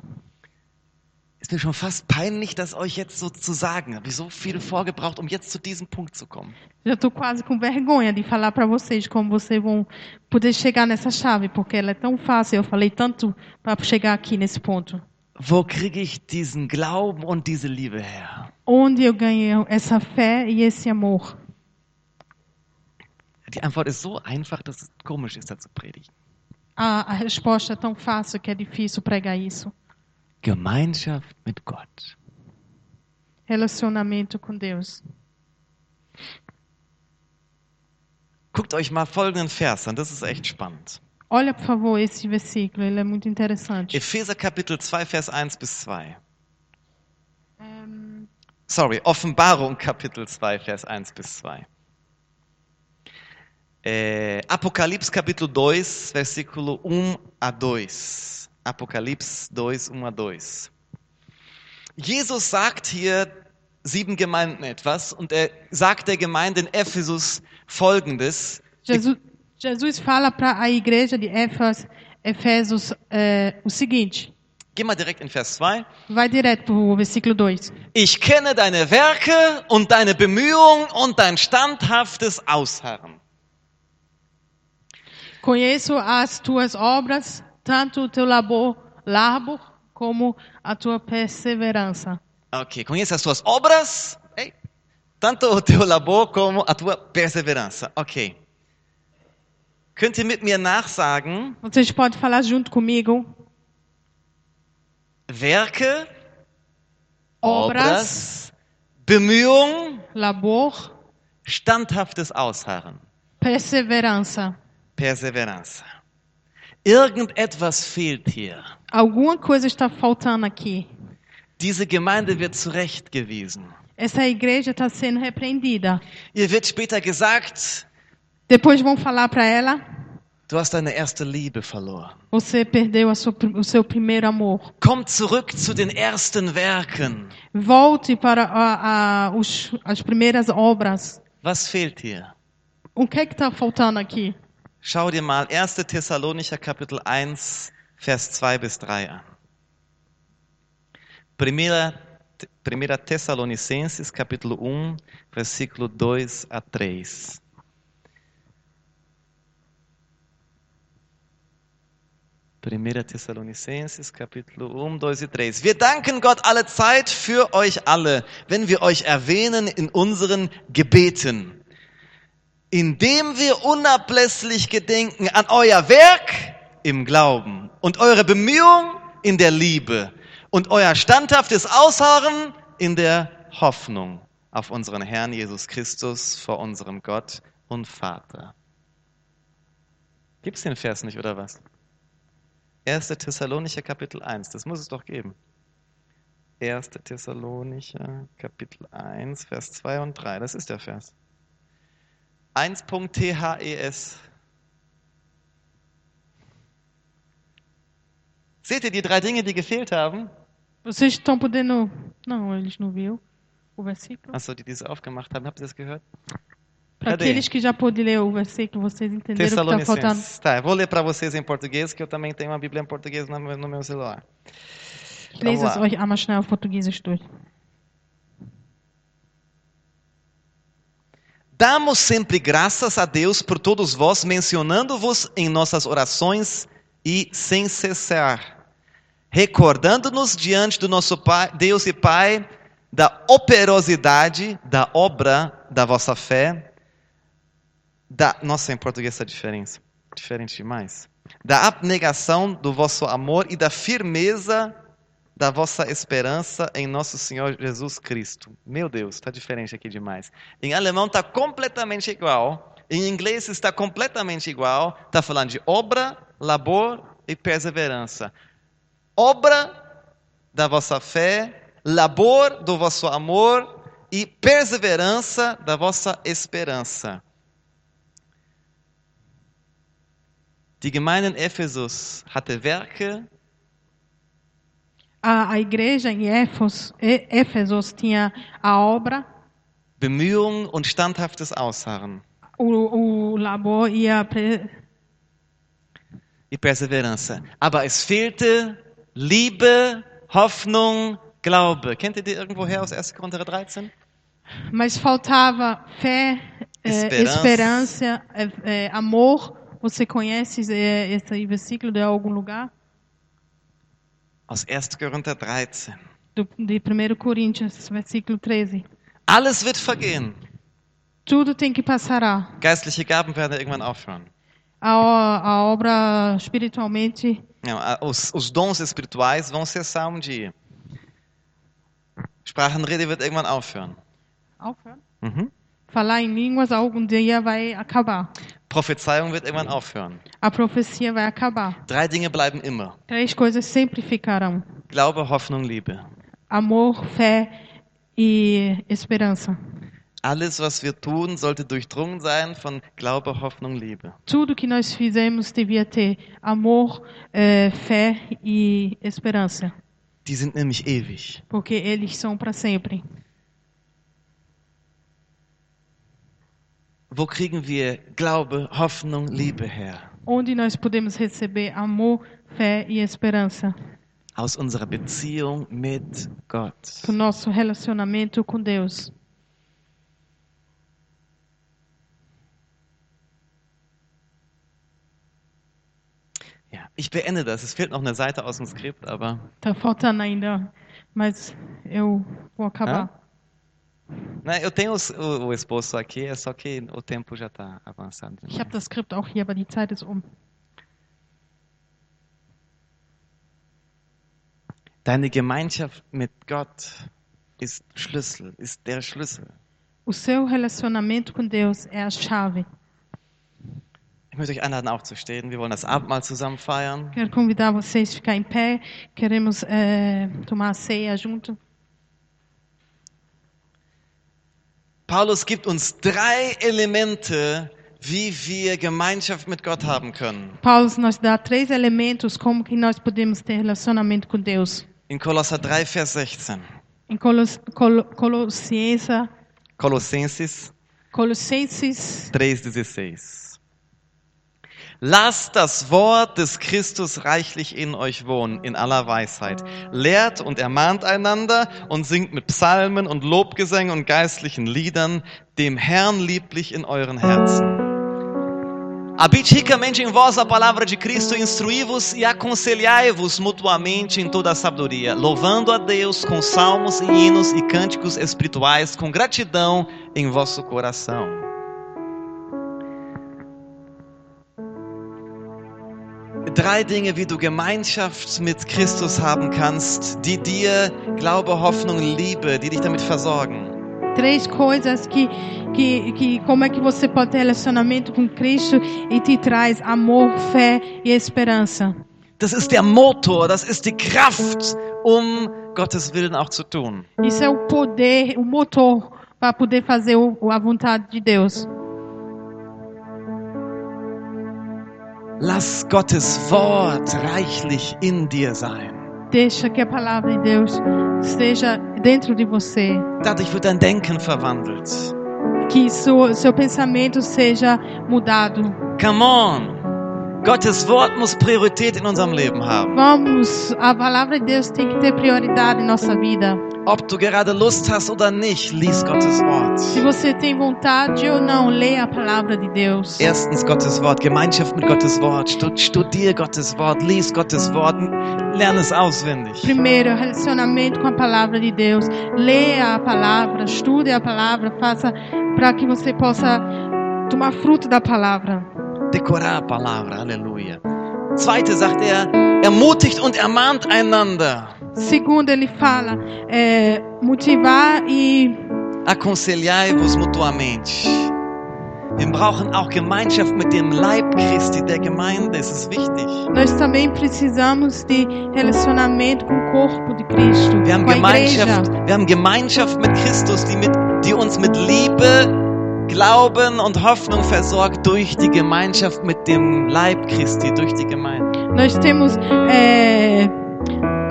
[SPEAKER 1] Ist mir schon fast peinlich, das euch jetzt so zu sagen. Habe ich so viel vorgebraucht, um jetzt zu diesem Punkt zu kommen.
[SPEAKER 2] Já estou quase com vergonha de falar para vocês como vocês vão poder chegar nessa chave, porque ela é tão fácil. Eu falei tanto para chegar aqui nesse ponto.
[SPEAKER 1] Wo kriege ich diesen Glauben und diese Liebe her?
[SPEAKER 2] Onde eu ganhei essa fé e esse amor?
[SPEAKER 1] Die Antwort ist so einfach, dass es komisch ist, dazu predigen.
[SPEAKER 2] A, a resposta é tão fácil que é difícil pregar isso.
[SPEAKER 1] Gemeinschaft mit Gott.
[SPEAKER 2] Relacionamento com Deus.
[SPEAKER 1] Guckt euch mal folgenden Vers an, das ist echt spannend.
[SPEAKER 2] Olha, por favor, esse versículo, ele é muito interessante.
[SPEAKER 1] Epheser Kapitel 2, Vers 1 bis 2.
[SPEAKER 2] Ehm,
[SPEAKER 1] Sorry, Offenbarung Kapitel 2, Vers 1 bis 2. É, Apocalipse capítulo 2, versículo 1 a 2. Apocalipse 2, 1 a 2. Jesus sagt hier sieben Gemeinden etwas und er sagt der Gemeinde in Ephesus folgendes.
[SPEAKER 2] Jesus, Jesus fala para a igreja de Éfes- Efésios eh, o seguinte.
[SPEAKER 1] Geh mal direkt in Vers 2.
[SPEAKER 2] Vai direto para o versículo 2.
[SPEAKER 1] Ich kenne deine Werke und deine Bemühungen und dein standhaftes Ausharren.
[SPEAKER 2] Conheço as tuas obras, tanto o teu labor largo como a tua perseverança.
[SPEAKER 1] Ok, conhece as tuas obras, ei, tanto o teu labor como a tua perseverança. Ok. Könnt ihr mit mir nachsagen,
[SPEAKER 2] Vocês podem falar junto comigo?
[SPEAKER 1] Werke,
[SPEAKER 2] obras,
[SPEAKER 1] Bemühung,
[SPEAKER 2] labor,
[SPEAKER 1] standhaftes Ausharren,
[SPEAKER 2] perseverança.
[SPEAKER 1] Perseverança. Irgendetwas fehlt hier.
[SPEAKER 2] Alguma coisa está faltando aqui.
[SPEAKER 1] Diese Gemeinde wird zurechtgewiesen.
[SPEAKER 2] Essa igreja está sendo repreendida.
[SPEAKER 1] Ihr wird später gesagt,
[SPEAKER 2] Depois vão falar para ela:
[SPEAKER 1] du hast deine erste Liebe verloren.
[SPEAKER 2] você perdeu a sua, o seu primeiro amor.
[SPEAKER 1] Komm zurück zu den ersten Werken.
[SPEAKER 2] Volte para a, a, os, as primeiras obras.
[SPEAKER 1] Was fehlt hier?
[SPEAKER 2] O que é que está faltando aqui?
[SPEAKER 1] Schau dir mal 1. Thessalonicher Kapitel 1, Vers 2 bis 3 an. Primeira, primeira Tessalonicenses, capítulo 1, versículo 2 a 3. Primeira Thessalonicenses, capítulo 1, 2 e 3. Wir danken Gott alle Zeit für euch alle, wenn wir euch erwähnen in unseren Gebeten indem wir unablässig gedenken an euer Werk im Glauben und eure Bemühung in der Liebe und euer standhaftes Ausharren in der Hoffnung auf unseren Herrn Jesus Christus vor unserem Gott und Vater. Gibt's den Vers nicht oder was? 1. Thessalonicher Kapitel 1, das muss es doch geben. 1. Thessalonicher Kapitel 1, Vers 2 und 3, das ist der Vers. 1.thes. Seht ihr die drei Dinge, die gefehlt haben?
[SPEAKER 2] Vocês estão podendo. Não, eles não viram o versículo.
[SPEAKER 1] Achso, die diese aufgemacht haben. Habt ihr das gehört?
[SPEAKER 2] Para
[SPEAKER 1] cadê?
[SPEAKER 2] aqueles que já podem ler o versículo, vocês entenderam o que está faltando.
[SPEAKER 1] Tessalonicenses. Tá, eu vou ler para vocês em português, que eu também tenho uma Bíblia em português no meu, no meu celular.
[SPEAKER 2] Ich lese es
[SPEAKER 1] Aua.
[SPEAKER 2] euch einmal schnell auf Portugiesisch durch.
[SPEAKER 1] Damos sempre graças a Deus por todos vós, mencionando-vos em nossas orações e sem cessar, recordando-nos diante do nosso Pai, Deus e Pai da operosidade da obra da vossa fé, da nossa em português essa diferença, diferente demais, da abnegação do vosso amor e da firmeza da vossa esperança em nosso Senhor Jesus Cristo. Meu Deus, está diferente aqui demais. Em alemão está completamente igual. Em inglês está completamente igual. Está falando de obra, labor e perseverança. Obra da vossa fé, labor do vosso amor e perseverança da vossa esperança. Die Gemeinde in Ephesus hatte Werke,
[SPEAKER 2] A, a igreja em Éfos- E- Éfesos tinha a obra,
[SPEAKER 1] Bemühungen und standhaftes Ausharren
[SPEAKER 2] o, o labor e a pre-
[SPEAKER 1] die Perseveranza. e Aber es fehlte Liebe, Hoffnung, Glaube. Kennt ihr die irgendwoher aus 1. Korinther 13?
[SPEAKER 2] mas faltava fé, eh,
[SPEAKER 1] Esperança.
[SPEAKER 2] esperança, eh, eh, amor. Você conhece eh, esse versículo de algum lugar?
[SPEAKER 1] Aus 1. Korinther 13.
[SPEAKER 2] Do, de 1 Coríntios, versículo 13.
[SPEAKER 1] Alles wird vergehen.
[SPEAKER 2] Tudo tem que passará.
[SPEAKER 1] Geistliche Gaben werden irgendwann aufhören.
[SPEAKER 2] A, o- a obra espiritualmente,
[SPEAKER 1] Ja, Os, os dons espirituais vão cessar um dia. Sprachenrede wird irgendwann aufhören. Mhm.
[SPEAKER 2] falar em línguas algum dia vai acabar.
[SPEAKER 1] Prophezeiung wird irgendwann aufhören.
[SPEAKER 2] A profecia vai acabar.
[SPEAKER 1] Drei Dinge bleiben immer.
[SPEAKER 2] Três coisas sempre ficarão:
[SPEAKER 1] Glaube, Hoffnung, Liebe.
[SPEAKER 2] amor, fé e esperança.
[SPEAKER 1] Alles, was wir tun, sollte durchdrungen sein von Glaube, Hoffnung, Liebe.
[SPEAKER 2] Tudo que nós fizemos devia ter amor, eh, fé e esperança,
[SPEAKER 1] Die sind nämlich ewig.
[SPEAKER 2] porque eles são para sempre.
[SPEAKER 1] Wo kriegen wir Glaube, Hoffnung, Liebe her?
[SPEAKER 2] Onde nós podemos receber amor, fé e esperança?
[SPEAKER 1] Aus unserer Beziehung mit Gott.
[SPEAKER 2] Do nosso relacionamento com Deus.
[SPEAKER 1] Ja, ich beende das. Es fehlt noch eine Seite aus dem Skript, aber
[SPEAKER 2] Tá faltando ainda, mas eu vou acabar.
[SPEAKER 1] na, eu tenho os, o, o esboço aqui, é só que o tempo já está avançando.
[SPEAKER 2] Ich habe das Skript auch hier, aber die Zeit ist um.
[SPEAKER 1] Deine Gemeinschaft mit Gott ist Schlüssel, ist der Schlüssel.
[SPEAKER 2] O seu relacionamento com Deus é a chave.
[SPEAKER 1] Ich möchte euch einladen, aufzustehen. Wir wollen das Abendmahl zusammen feiern.
[SPEAKER 2] Quero convidar vocês a ficar em pé. Queremos eh, tomar a ceia junto.
[SPEAKER 1] Paulus gibt uns drei Elemente, wie wir Gemeinschaft mit Gott haben können.
[SPEAKER 2] Paulo nos dá três elementos como que nós podemos ter relacionamento com Deus.
[SPEAKER 1] In Kolosser 3, Vers 16.
[SPEAKER 2] Em Colos, Colo, Colossenses,
[SPEAKER 1] Kolossenses
[SPEAKER 2] Colossenses
[SPEAKER 1] 3, 16. Lasst das Wort des Christus reichlich in euch wohnen, in aller Weisheit. Lehrt und ermahnt einander und singt mit Psalmen und Lobgesängen und geistlichen Liedern dem Herrn lieblich in euren Herzen. Abitticamente em vós a palavra de Cristo, instruí-vos e aconselhai-vos mutuamente em toda a sabedoria, louvando a Deus com salmos e hinos e cânticos espirituais, com gratidão em vosso coração. Drei Dinge, wie du Gemeinschaft mit Christus haben kannst, die dir Glaube, Hoffnung, Liebe, die dich damit versorgen.
[SPEAKER 2] três coisas que, que, que como é que você pode ter relacionamento com Cristo e te traz amor, fé e esperança.
[SPEAKER 1] Das ist der Motor, das ist die Kraft, um Gottes Willen auch zu tun.
[SPEAKER 2] Isso é o poder, o motor para poder fazer o, o- a vontade de Deus.
[SPEAKER 1] Lass Gottes Wort reichlich in dir sein.
[SPEAKER 2] Deixa que a palavra de Deus esteja dentro de você,
[SPEAKER 1] Dadurch wird dein Denken verwandelt.
[SPEAKER 2] que seu, seu pensamento seja mudado.
[SPEAKER 1] Come on! Gottes Wort muss Priorität in unserem Leben haben.
[SPEAKER 2] Vamos, a palavra de Deus tem que ter prioridade em nossa vida.
[SPEAKER 1] Ob du gerade Lust hast oder nicht, lies Gottes
[SPEAKER 2] Se
[SPEAKER 1] Wort.
[SPEAKER 2] você tem vontade ou não, leia a palavra de Deus.
[SPEAKER 1] Erstens Gottes Wort, Gemeinschaft mit Gottes Wort. Stud- Studier Gottes Wort, lies Gottes Wort, lerne es auswendig.
[SPEAKER 2] Primeiro, relacionamento com a palavra de Deus. Leia a palavra, estude a palavra, faça para que você possa tomar fruto da palavra.
[SPEAKER 1] Decorar Palavra, Halleluja. Zweite sagt er, ermutigt und ermahnt einander.
[SPEAKER 2] Segundo, ele fala é, motivar e
[SPEAKER 1] Aconselhai-vos mutuamente. Wir brauchen auch Gemeinschaft mit dem Leib Christi, der Gemeinde. Es ist wichtig.
[SPEAKER 2] nós também precisamos de relacionamento com o corpo de Cristo,
[SPEAKER 1] Wir haben,
[SPEAKER 2] com a igreja.
[SPEAKER 1] Gemeinschaft, wir haben Gemeinschaft mit Christus, die, mit, die uns mit Liebe, Glauben und Hoffnung versorgt durch die Gemeinschaft mit dem Leib Christi, durch die Gemeinde.
[SPEAKER 2] Nós temos é,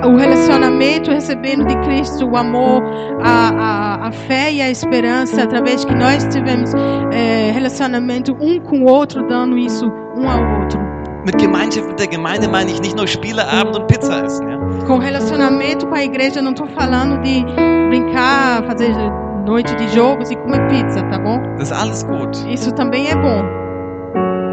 [SPEAKER 2] o relacionamento recebendo de Cristo o amor, a, a, a fé e a esperança, através que nós tivemos é, relacionamento um com o outro, dando isso um ao outro.
[SPEAKER 1] Mit Gemeinschaft mit der Gemeinde meine ich nicht nur Spieleabend und Pizza essen. Ja?
[SPEAKER 2] Com relacionamento com a igreja, eu não estou falando de brincar, fazer noite de jogos e comer pizza, tá bom?
[SPEAKER 1] Das ist alles gut.
[SPEAKER 2] Isso também é bom.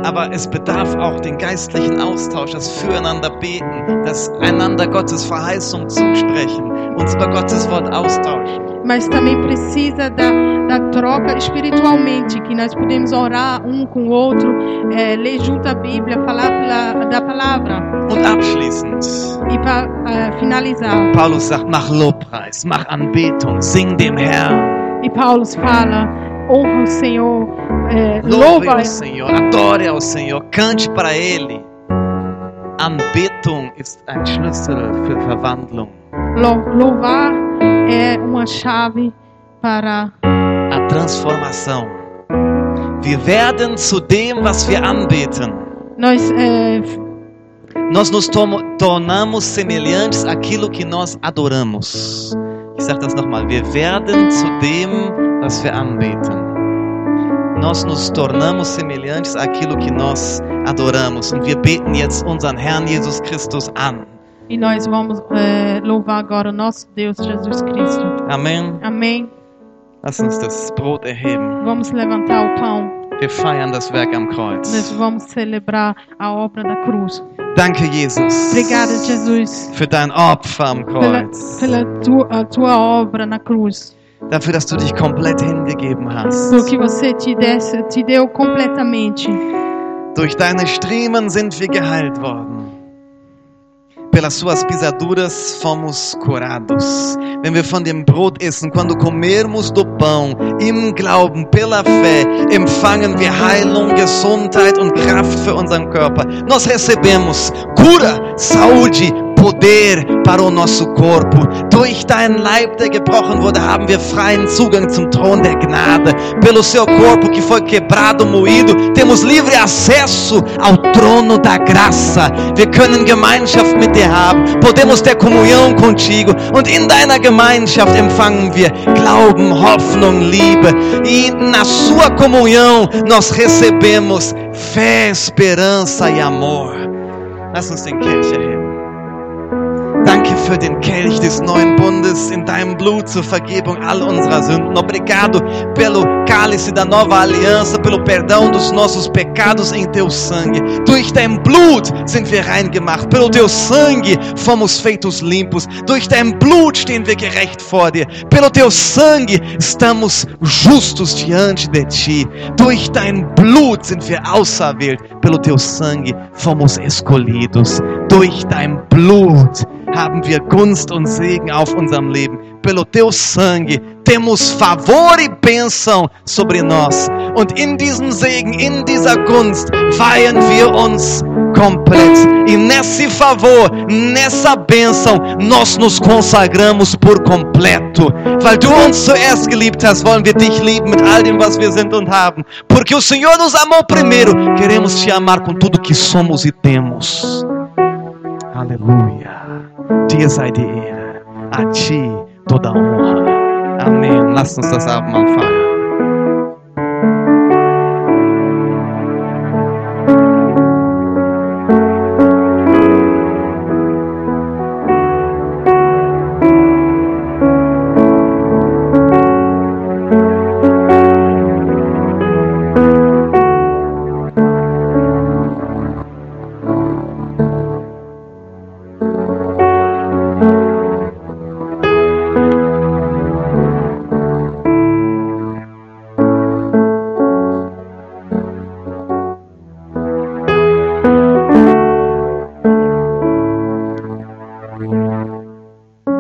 [SPEAKER 1] Aber es bedarf auch den geistlichen Austausch, das Füreinander beten, das einander Gottes Verheißung zusprechen, uns über Gottes Wort austauschen.
[SPEAKER 2] Mas também precisa da, da troca espiritualmente, que nós podemos orar um com o outro, é, ler junto a Bíblia, falar pela, da palavra.
[SPEAKER 1] Und abschließend,
[SPEAKER 2] E para finalizar,
[SPEAKER 1] Paulus sagt, mach Lobpreis, mach Anbetung, sing dem Herrn,
[SPEAKER 2] e Paulo fala: honra o Senhor, é,
[SPEAKER 1] lobe
[SPEAKER 2] louva,
[SPEAKER 1] ao Senhor, adore ao Senhor, cante para Ele. Anbetung ist ein Schlüssel für Verwandlung.
[SPEAKER 2] lou- louvar é uma chave para
[SPEAKER 1] a Transformation. Wir werden zu dem, was wir anbeten.
[SPEAKER 2] nós é,
[SPEAKER 1] Nós nos tom- tornamos semelhantes àquilo que nós adoramos. Ich sage das nochmal. Wir werden zu dem, was wir anbeten. Nós nos tornamos semelhantes àquilo que nós adoramos. Und wir beten jetzt unseren Herrn Jesus Christus an.
[SPEAKER 2] e nós vamos é, louvar agora o nosso Deus Jesus Cristo.
[SPEAKER 1] Amen.
[SPEAKER 2] Amém.
[SPEAKER 1] Lass uns das Brot erheben.
[SPEAKER 2] Vamos levantar o pão,
[SPEAKER 1] Wir feiern das Werk am
[SPEAKER 2] nós
[SPEAKER 1] Kreuz.
[SPEAKER 2] vamos celebrar a obra da cruz.
[SPEAKER 1] Danke, Jesus.
[SPEAKER 2] Obrigada, Jesus,
[SPEAKER 1] Für dein Opfer am
[SPEAKER 2] pela,
[SPEAKER 1] Kreuz.
[SPEAKER 2] pela tua, a tua obra na cruz,
[SPEAKER 1] dafür, dass du dich komplett hingegeben hast.
[SPEAKER 2] porque você te, desse, te deu completamente.
[SPEAKER 1] Durch deine Striemen sind wir geheilt worden. pelas suas pisaduras fomos curados. Wenn wir von dem Brot essen, quando comermos do pão, im Glauben, pela fé, empfangen wir Heilung, Gesundheit und Kraft für unseren Körper. Nós recebemos cura, saúde, poder para o nosso corpo. Durch deinen Leib, der gebrochen wurde, haben wir freien Zugang zum Thron der Gnade. Pelo seu corpo que foi quebrado, moído, temos livre acesso ao trono da graça. Wir können Gemeinschaft mit dir haben, podemos ter comunhão contigo und in deiner Gemeinschaft empfangen wir Glauben, Hoffnung, Liebe. E na sua comunhão nós recebemos fé, esperança e amor. Lass uns den Kirche heben. Danke für den Kelch des neuen Bundes in deinem Blut zur Vergebung all unserer Sünden. Obrigado pelo cálice da nova aliança, pelo perdão dos nossos pecados em teu sangue. Durch dein Blut sind wir rein gemacht. Pelo teu sangue fomos feitos limpos. Durch dein Blut stehen wir gerecht vor dir. Pelo teu sangue estamos justos diante de ti. Durch dein Blut sind wir auserwählt. Pelo teu sangue fomos escolhidos. Durch dein Blut haben wir Gunst und Segen auf unserem Leben. Pelo teu sangue temos favor e bênção sobre nós. Und in diesem Segen, in dieser Gunst weihen wir uns completo. E nesse favor, nessa bênção, nós nos consagramos por completo. Weil du uns zuerst geliebt hast, wollen wir dich lieben mit all dem, was wir sind und haben. Porque o Senhor nos amou primeiro, queremos te amar com tudo que somos e temos. Aleluia. Dir sei die Ehre. A ti E. toda honra. Amen. Lasst uns das Abendmahl feiern.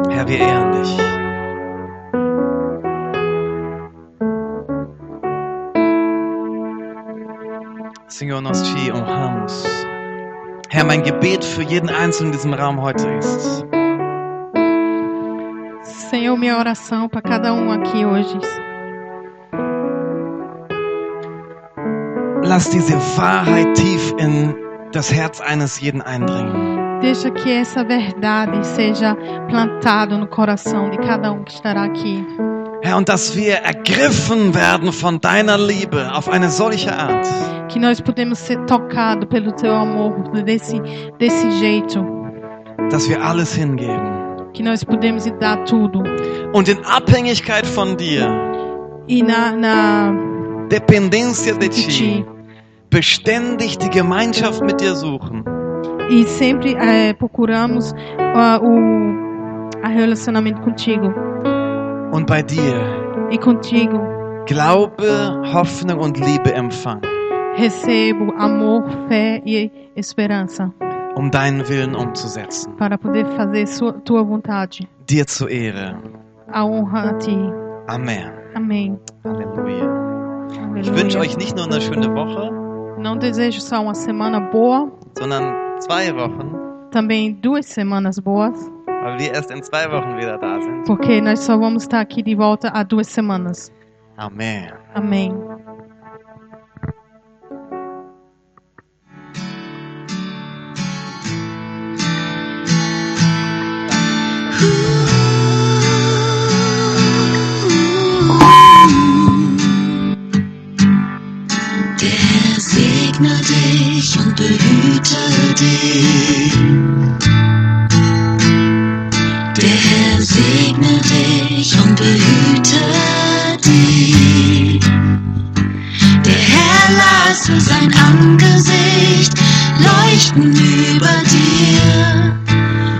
[SPEAKER 1] Herr, wir ehren dich. Senhor, nós te honramos. Herr, mein Gebet für jeden Einzelnen in diesem Raum heute ist,
[SPEAKER 2] Senhor, minha oração para cada um aqui hoje.
[SPEAKER 1] lass diese Wahrheit tief in das Herz eines jeden eindringen.
[SPEAKER 2] Deixa que essa verdade seja plantada no coração de cada um que estará aqui.
[SPEAKER 1] Herr, und dass wir ergriffen werden von deiner Liebe auf eine solche Art,
[SPEAKER 2] Que nós podemos ser tocados pelo teu amor desse, desse jeito.
[SPEAKER 1] dass wir alles hingeben.
[SPEAKER 2] Que nós podemos dar tudo.
[SPEAKER 1] Und in Abhängigkeit von dir,
[SPEAKER 2] E na, na
[SPEAKER 1] Dependencia de
[SPEAKER 2] de ti.
[SPEAKER 1] ti, beständig die Gemeinschaft mit dir suchen.
[SPEAKER 2] E sempre eh, procuramos ah, o a relacionamento contigo.
[SPEAKER 1] und bei dir
[SPEAKER 2] E contigo
[SPEAKER 1] Glaube, Hoffnung und Liebe empfangen,
[SPEAKER 2] recebo amor, fé e esperança
[SPEAKER 1] um deinen Willen umzusetzen.
[SPEAKER 2] para poder fazer sua, tua vontade.
[SPEAKER 1] Dir zur Ehre.
[SPEAKER 2] A honra a ti.
[SPEAKER 1] Amen.
[SPEAKER 2] Amém.
[SPEAKER 1] Halleluja. Ich
[SPEAKER 2] Aleluia.
[SPEAKER 1] wünsche euch nicht nur eine schöne Woche,
[SPEAKER 2] Não desejo só uma semana boa,
[SPEAKER 1] sondern zwei Wochen,
[SPEAKER 2] também duas semanas boas,
[SPEAKER 1] weil wir erst in zwei Wochen wieder da sind.
[SPEAKER 2] porque nós só vamos estar aqui de volta há duas semanas.
[SPEAKER 1] Amen.
[SPEAKER 2] Amém.
[SPEAKER 3] Der segne dich und behüte dich. Der segne dich und behüte dich. Der Herr lasse sein Angesicht leuchten über dir